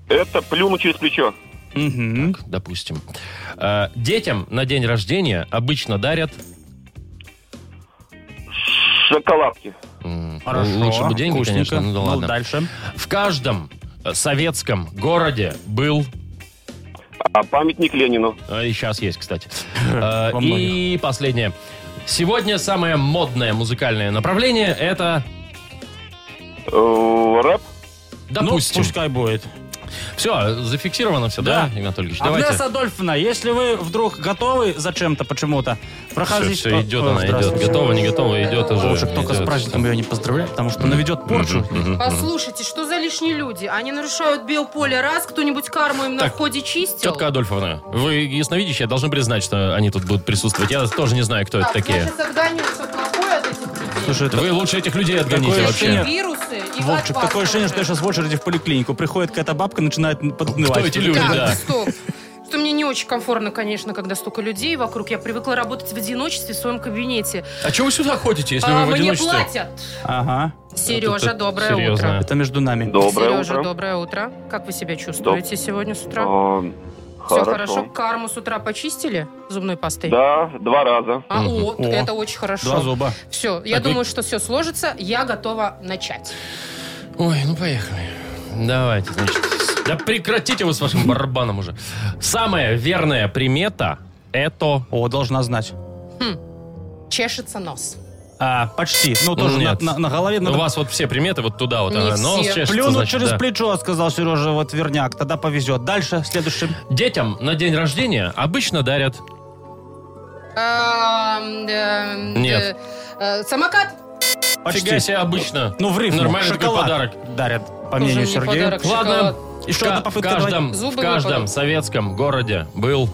Это плюну через плечо.
Мгм.
допустим, э, детям на день рождения обычно дарят
Шоколадки.
м, ну,
Хорошо.
лучше бы деньги,
Вкусненько.
конечно, ну да ладно.
дальше.
В каждом э, советском городе был,
А памятник Ленину.
э, и сейчас есть, кстати. Э,
Во
И
многих.
последнее. Сегодня самое модное музыкальное направление – это
Э, Рэп.
Допустим.
Ну, пускай будет.
Все, зафиксировано все, да,
Да.
Игнат Ольгович?
Агнеса
Давайте.
Адольфовна, если вы вдруг готовы зачем-то, почему-то,
Все,
проходите...
все, идет
О,
она, идет.
здравствуйте.
Готова, не готова, идет уже.
Лучше только с
идет.
праздником ее не поздравляй, потому что наведет порчу.
Послушайте, что за лишние люди? Они нарушают биополе раз, кто-нибудь карму им на
Так,
входе чистил.
Тетка Адольфовна, вы ясновидящая, должны признать, что они тут будут присутствовать. Я тоже не знаю, кто это
Так,
такие.
значит, загнанил все плохое от этих людей.
Слушай, это
Вы лучше этих людей отгоните
Такое
вообще.
ощущение-
Вирусы и
Вовчик,
от вас
такое ощущение, что я
тоже.
сейчас в очереди в поликлинику. Приходит какая-то бабка, начинает подгнывать.
Кто эти люди,
Так,
да?
стоп. Что мне не очень комфортно, конечно, когда столько людей вокруг. Я привыкла работать в одиночестве в своем кабинете.
А чего вы сюда ходите, если вы
А,
в
мне
одиночестве?
платят.
Ага,
Сережа,
это
доброе
серьезно.
утро.
это между нами.
Доброе
Сережа,
утро.
доброе утро. Как вы себя чувствуете сегодня с утра?
Э,
Все хорошо. Карму с утра почистили зубной пастой?
Да, два раза.
А,
Мгм.
о, так
О.
это очень хорошо.
Два зуба.
Все, я
Так вы-
думаю, что все сложится. Я готова начать.
Ой, ну поехали. Давайте, значит. Да прекратите вы с вашим барабаном уже. Самая верная примета – это...
О, должна знать.
Чешется нос.
А, почти. Ну, тоже на,
Нет.
на- на голове.
У
надо-
вас вот все приметы вот туда вот.
Ну Не
она,
все.
нос чешется,
Плюнуть
значит,
через
да.
плечо, сказал Сережа, вот верняк. Тогда повезет. Дальше, следующим.
Детям на день рождения обычно дарят... Нет.
Эм, Нет. э, Самокат?
Почти.
Фига себе, обычно.
Ну, в рифму.
Нормальный такой
Шоколад
подарок.
дарят, по
Тоже
мнению
не
Сергея.
подарок,
Ладно.
шоколад.
Еще
Ка-
одна
в
попытка.
каждом,
давай.
Зубы
в каждом
выпадут.
советском городе был...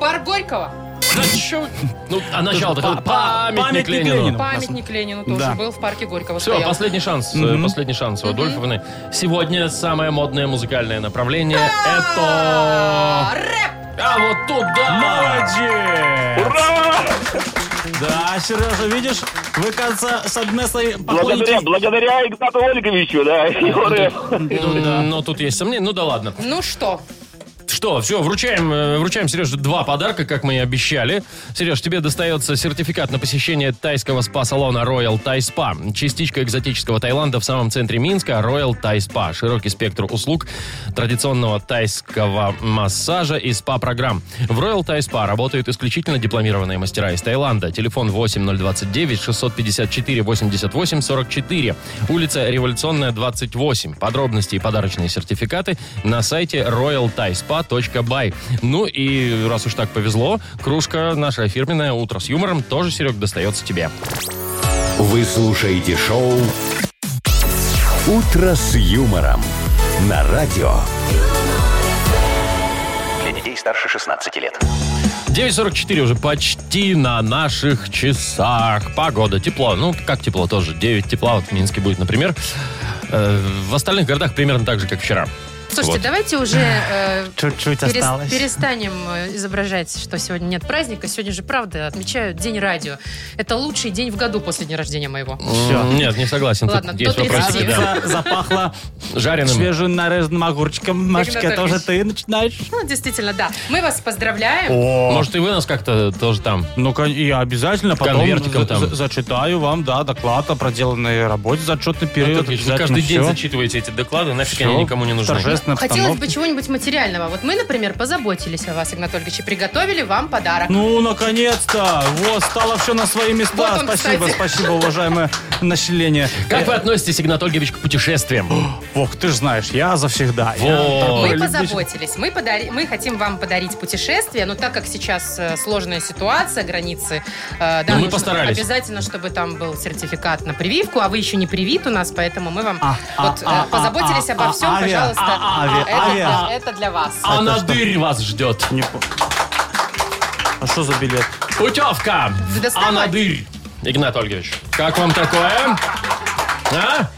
Пар Горького?
Да чё? Ну, а начало-то
Па-
как?
па-
памятник
памятник
Ленину.
Ленину.
Памятник Ленину тоже
Да.
был в парке Горького.
Все,
стоял.
последний шанс. э,
Мгм.
Последний шанс у Адольфовны. Сегодня самое модное музыкальное направление это...
А, Рэп!
А вот туда!
Молодец!
Ура!
Да, Сережа, видишь, вы, кажется, с Агнесой
Благодаря,
походите. да
благодаря Игнату Ольговичу, да, его рэп.
Ну, Но тут есть сомнения. Ну да ладно.
Ну что,
Что, все, вручаем, э, вручаем Сереже два подарка, как мы и обещали. Сереж, тебе достается сертификат на посещение тайского спа-салона Royal Thai Spa. Частичка экзотического Таиланда в самом центре Минска Royal Thai Spa. Широкий спектр услуг традиционного тайского массажа и спа-программ. В Royal Thai Spa работают исключительно дипломированные мастера из Таиланда. Телефон 8029 654 88 44. Улица Революционная 28. Подробности и подарочные сертификаты на сайте royalthaispa.by. Ну и раз уж так повезло, кружка наша фирменная «Утро с юмором» тоже, Серег, достается тебе.
Вы слушаете шоу «Утро с юмором» на радио.
Для детей старше 16 лет.
9.44 уже почти на наших часах. Погода, тепло. Ну, как тепло тоже. 9 тепла вот в Минске будет, например. Э, В остальных городах примерно так же, как вчера.
слушайте,
Вот.
давайте уже э,
Чуть-чуть
перес-
осталось.
перестанем э, изображать, что сегодня нет праздника. Сегодня же, правда, отмечают День радио. Это лучший день в году после дня рождения моего.
Всё.
М, Нет, не согласен. Тут
Ладно,
есть
до 30.
вопросики, да.
Кажется, запахло
Жареным.
свежим нарезанным огурчиком. Машечка,
Игнат
тоже
Ольгович.
ты начинаешь?
Ну, действительно, да. Мы вас поздравляем.
О,
Может, и вы нас как-то тоже там.
ну кон- я обязательно потом
конвертиком
за-
там.
за- зачитаю вам, да, доклад о проделанной работе за отчетный период.
А Вы
Обязательно
Ну, каждый день
всё.
зачитываете эти доклады, нафиг
Всё.
они никому не нужны.
Торжественно.
торжественная
Хотелось бы
обстановка.
чего-нибудь материального. Вот мы, например, позаботились о вас, Игнат Ольгович, и приготовили вам подарок.
Ну, наконец-то! Вот, стало все на свои места.
Вот он,
спасибо,
кстати.
спасибо, уважаемое население.
Как вы относитесь, Игнат Ольгович, к путешествиям?
Ох, ты же знаешь, я завсегда. Я
Вот.
такой
Мы
любитель.
позаботились. Мы, подари... мы хотим вам подарить путешествие, но так как сейчас э, сложная ситуация, границы... э,
Ну, мы
нужно
постарались.
Обязательно, чтобы там был сертификат на прививку, а вы еще не привит у нас, поэтому мы вам вот, э,
а, а,
позаботились
а,
обо
а,
всем,
авиа,
пожалуйста.
а, авиа,
это,
авиа.
для- это для вас.
А на
что?
дырь вас ждет.
Не по- А что за билет?
Путевка!
Да доставай.
А на дырь! Игнат Ольгович, как вам такое? А?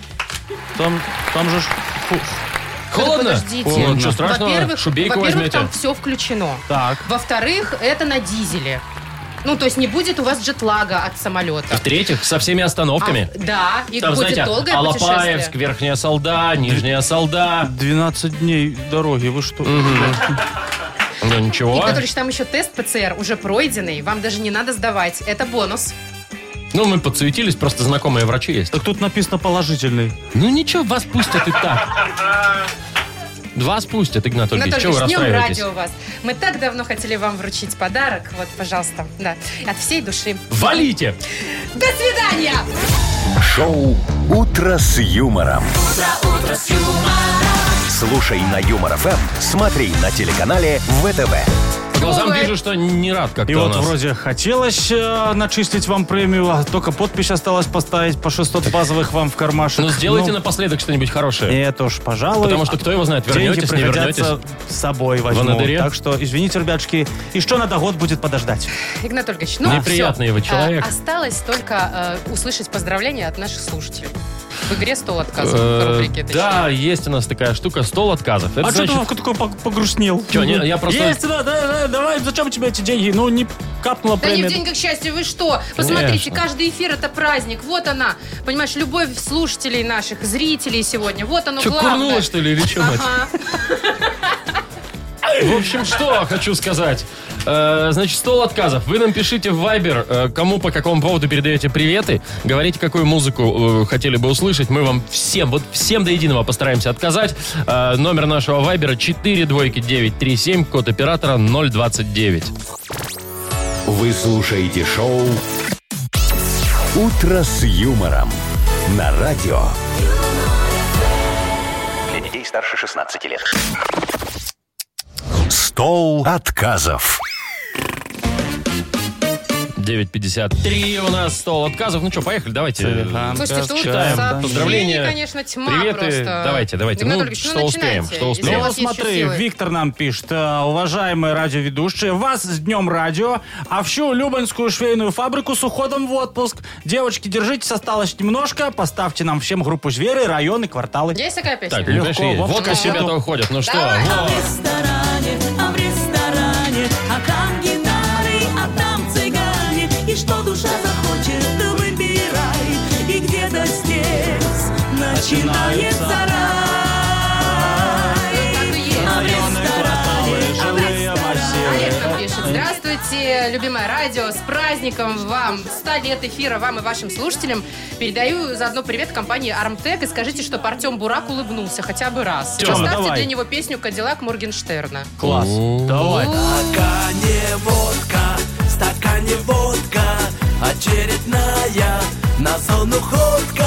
Там, там же... ж- фу.
Холодно?
Подождите.
О, Ничего страшного,
Во-первых,
шубейку
во-первых,
возьмете.
там все включено.
Так.
Во-вторых, это на дизеле. Ну, то есть не будет у вас джетлага от самолета.
В-третьих, со всеми остановками.
А, да, и
Там,
будет
знаете,
долгое
Алапаевск,
путешествие.
Верхняя Солда, Нижняя Солда.
12 дней дороги, вы что?
Ну ничего.
Игорь Анатольевич, там еще тест ПЦР уже пройденный, вам даже не надо сдавать. Это бонус.
Ну, мы подсуетились, просто знакомые врачи есть.
Так тут написано положительный.
Ну ничего, вас пустят и так. Вас пустят, Игнат Ольгович. Чего вы
Анатольевич, с днем
расстраиваетесь?
радио вас. Мы так давно хотели вам вручить подарок. Вот, пожалуйста, да, от всей души.
Валите!
До свидания!
Шоу «Утро с юмором». Слушай на Юмор ФМ, смотри на телеканале ВТВ.
По глазам
Ой.
вижу, что не рад как-то
И
у
вот
нас.
вроде хотелось э, начислить вам премию, а только подпись осталось поставить по 600 базовых вам в кармашек.
Ну, сделайте
Ну,
напоследок что-нибудь хорошее.
Нет уж, пожалуй. а
Потому что кто его знает,
Деньги
вернетесь, не вернетесь.
пригодятся с собой возьму.
Ванадыре?
Так что, извините, ребятушки, и что надо год будет подождать.
Игнат Ольгович, ну
Неприятный
всё.
вы человек.
А, осталось только э, услышать поздравления от наших слушателей. В игре стол отказов. в
Э,
рубрике, точнее.
Да, есть у нас такая штука, стол отказов. Это
а что ты,
значит,
Вовка, такой пог- погрустнел?
Чё, не, я просто-
Есть, да, да, да, давай, зачем тебе эти деньги? Ну, не капнула
Да не
премия.
в деньгах счастья, вы что? Посмотрите,
Конечно.
каждый эфир это праздник. Вот она, понимаешь, любовь слушателей наших, зрителей сегодня. Вот оно
что,
ну, главное.
курнула, что ли, или что, мать?
Ага.
В общем, что хочу сказать. Э, Значит, стол отказов. Вы нам пишите в Viber, э, кому по какому поводу передаете приветы. Говорите, какую музыку э, хотели бы услышать. Мы вам всем, вот всем до единого постараемся отказать. Э, Номер нашего Viber 42937, код оператора 029.
Вы слушаете шоу «Утро с юмором» на радио.
Для детей старше 16 лет.
Стол отказов.
9.53 у нас стол отказов. Ну что, поехали, давайте.
Ага.
Слушайте,
Сейчас
тут
читаем, да.
сообщений,
Поздравления,
конечно, тьма
приветы.
просто.
Давайте, давайте.
Игнат
Ну,
Ольгович,
что успеем,
начинайте,
что
если
успеем.
у
Ну,
вас есть
смотри,
еще силы.
Виктор нам пишет. э, Уважаемые радиоведущие, вас с Днем Радио, а всю Любанскую швейную фабрику с уходом в отпуск. Девочки, держитесь, осталось немножко. Поставьте нам всем группу «Звери», районы, кварталы.
Есть такая песня?
Так,
Легко,
конечно, есть.
Вовка,
Водка с
сидел.
ребята уходят. Ну что,
Давай.
вот.
ресторане, а в ресторане, а там гитары, а там цыгане. И что душа захочет, то выбирай. И где-то здесь начинается рай.
Так и есть.
А в ресторане, а в
Олег нам пишет. Здравствуйте, любимое радио. С праздником вам. 100 лет эфира вам и вашим слушателям. Передаю заодно привет компании Армтек и скажите, что Артем Бурак улыбнулся хотя бы раз.
Тёма,
Поставьте
давай.
для него песню «Кадиллак Моргенштерна».
Класс. Давай.
стакане водка, в стакане водка, очередная на зону ходка,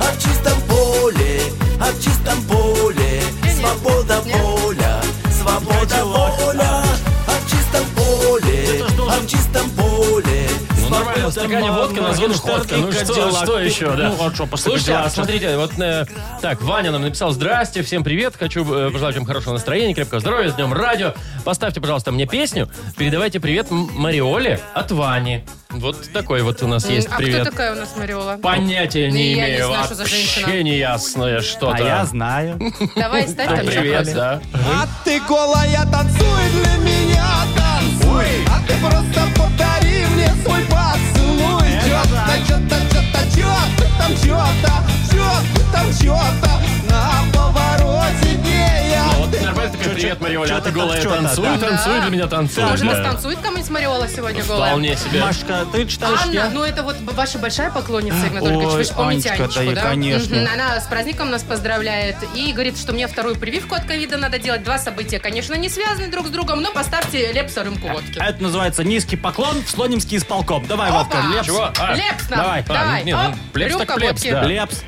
а в чистом поле, а в чистом поле, свобода воля, свобода воля, а в чистом поле, а в чистом поле,
Ну, нормально, в стакане водка, на зону
Моргенштерн
ходка.
и
Ну что,
Кадиллак.
что еще, да?
Ну, а что, после
Слушайте, а
Кадиллака?
смотрите, вот э, так, Ваня нам написал, здрасте, всем привет, хочу э, пожелать вам хорошего настроения, крепкого здоровья, с днем радио. Поставьте, пожалуйста, мне песню, передавайте привет М- Мариоле от Вани. Вот такой вот у нас есть
а кто
привет.
такая у нас Мариола?
Понятия не
Не, я не
имею,
знаю, что за
вообще
женщина.
неясное что-то.
А я знаю.
Давай, ставь
Да,
там
привет,
что-то.
да.
А ты голая танцуй для меня танцуй А ты просто подари мне свой поцелуй Чё-то, чё-то, чё-то, чё-то там чё-то Чё-то там чё-то На повороте гея
Ну, Вот нормально такой привет, разговаривали, а
чё-то
ты голая
так, чё-то,
танцуй,
да.
танцуй, для меня танцуй.
Может,
да.
танцует кому-нибудь Мариола сегодня голая?
Вполне себе.
Машка, ты читаешь
Анна,
а?
я?
ну это вот ваша большая поклонница, Игнат
Ой,
Ольгович. Вы же помните
Анечка,
Анечку,
да и
да?
конечно.
Мгм. Она с праздником нас поздравляет и говорит, что мне вторую прививку от ковида надо делать. Два события, конечно, не связаны друг с другом, но поставьте Лепса рюмку водки.
Это называется низкий поклон в Слонимский исполком. Давай, Вовка,
Опа!
лепс.
Чего? А,
Лепс нам.
Давай.
Давай.
А, не, ну,
Оп,
плепс так
рюмка
плепс,
водки.
да.
Лепс.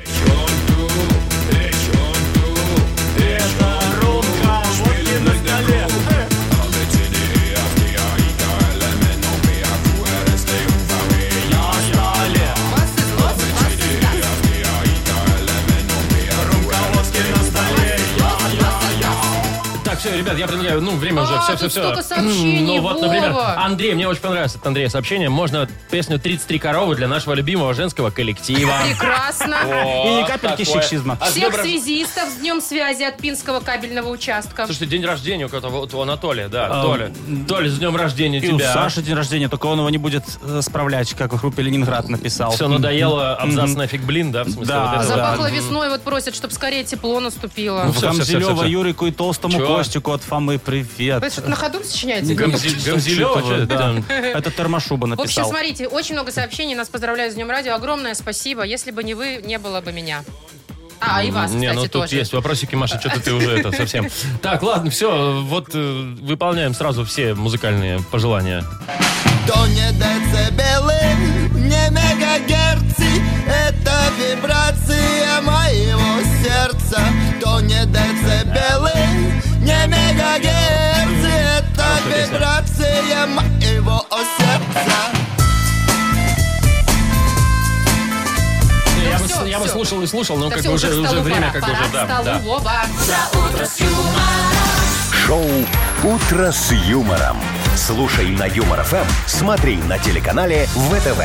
Так, все, ребят, я предлагаю, ну, время
А,
уже, все,
тут
все, все.
столько сообщений,
Ну, вот, например,
Вова.
Андрей, мне очень понравилось от Андрея сообщение. Можно песню «33 коровы» для нашего любимого женского коллектива.
Прекрасно.
И ни капельки
такое.
сексизма.
А с
Всех
добрым-
связистов с днем связи от Пинского кабельного участка.
Слушайте, день рождения у кого-то, вот у Анатолия, да,
А,
Толя. Толя, с днем рождения
И у
тебя.
Саши день рождения, только он его не будет э, справлять, как в группе «Ленинград» написал.
Все надоело,
М-м.
абзац нафиг блин, да, в смысле
Да,
вот это вот.
Запахло весной, вот просят, чтобы скорее тепло наступило.
Ну,
всё,
там
всё, всё,
Зелёва,
всё, всё.
Юрику и толстому
Чё?
Костику от Фомы привет.
Вы что-то на ходу сочиняете?
Гамзи-
Что-то
Гамзелёва,
чё-то,
что
да.
там?
Это Термошуба
В общем,
написал.
смотрите, очень много сообщений. Нас поздравляют с Днем Радио. Огромное спасибо. Если бы не вы, не было бы меня. А, и вас,
Не,
кстати,
ну тут
тоже.
есть вопросики, Маша, что-то ты уже это совсем. Так, ладно, все, вот э, выполняем сразу все музыкальные пожелания.
То не децибелы, не мегагерцы Это вибрация моего сердца То не децибелы, не мегагерцы Это
Хорошая песня.
вибрация моего сердца
Я бы,
Ну всё,
я бы
всё.
слушал и слушал, но
Да
Ну, как
всё,
бы уже,
к
уже
столу
время
пора,
как бы
пора
уже,
к
да,
столу,
да.
Вова.
Шоу «Утро с юмором». Слушай на Юмор ФМ, смотри на телеканале ВТВ.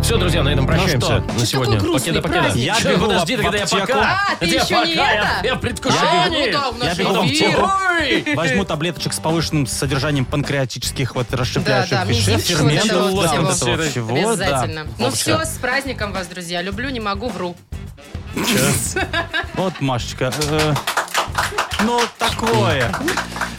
Все, друзья, на этом прощаемся
что?
на сегодня.
грустный
Покеда, покеда.
праздник.
Я
Я
бегу,
бегу
подожди,
в
тогда я
аптеку.
пока.
А, ты
Это я
еще не
пока, я-
это?
Я в предвкушении.
А, ну да, в
Я
нашей
бегу в
эфире.
аптеку.
Возьму таблеточек с повышенным содержанием панкреатических вот расщепляющих
Да, да,
веществ,
мизинчик вот этого
ферментов,
вот
вот
всего.
этого всего, да.
Обязательно. Ну
Вовочка,
все, с праздником вас, друзья. Люблю, не могу, вру.
Вот, Машечка, э, ну такое.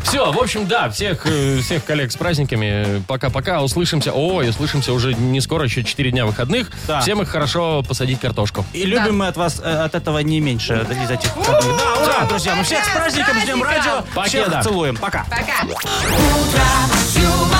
Все, в общем, да, всех, э, всех коллег с праздниками. Пока-пока, услышимся. О, и услышимся уже не скоро, еще 4 дня выходных.
Да.
Всем их хорошо посадить картошку.
И любим мы от вас э, от этого не меньше э, из этих выходных. Да, ура, друзья, ну всех с
Пока, с
праздником, с Днем
праздником.
Радио. Всех
Покеда.
целуем, пока.
Пока.
Утро с юмором.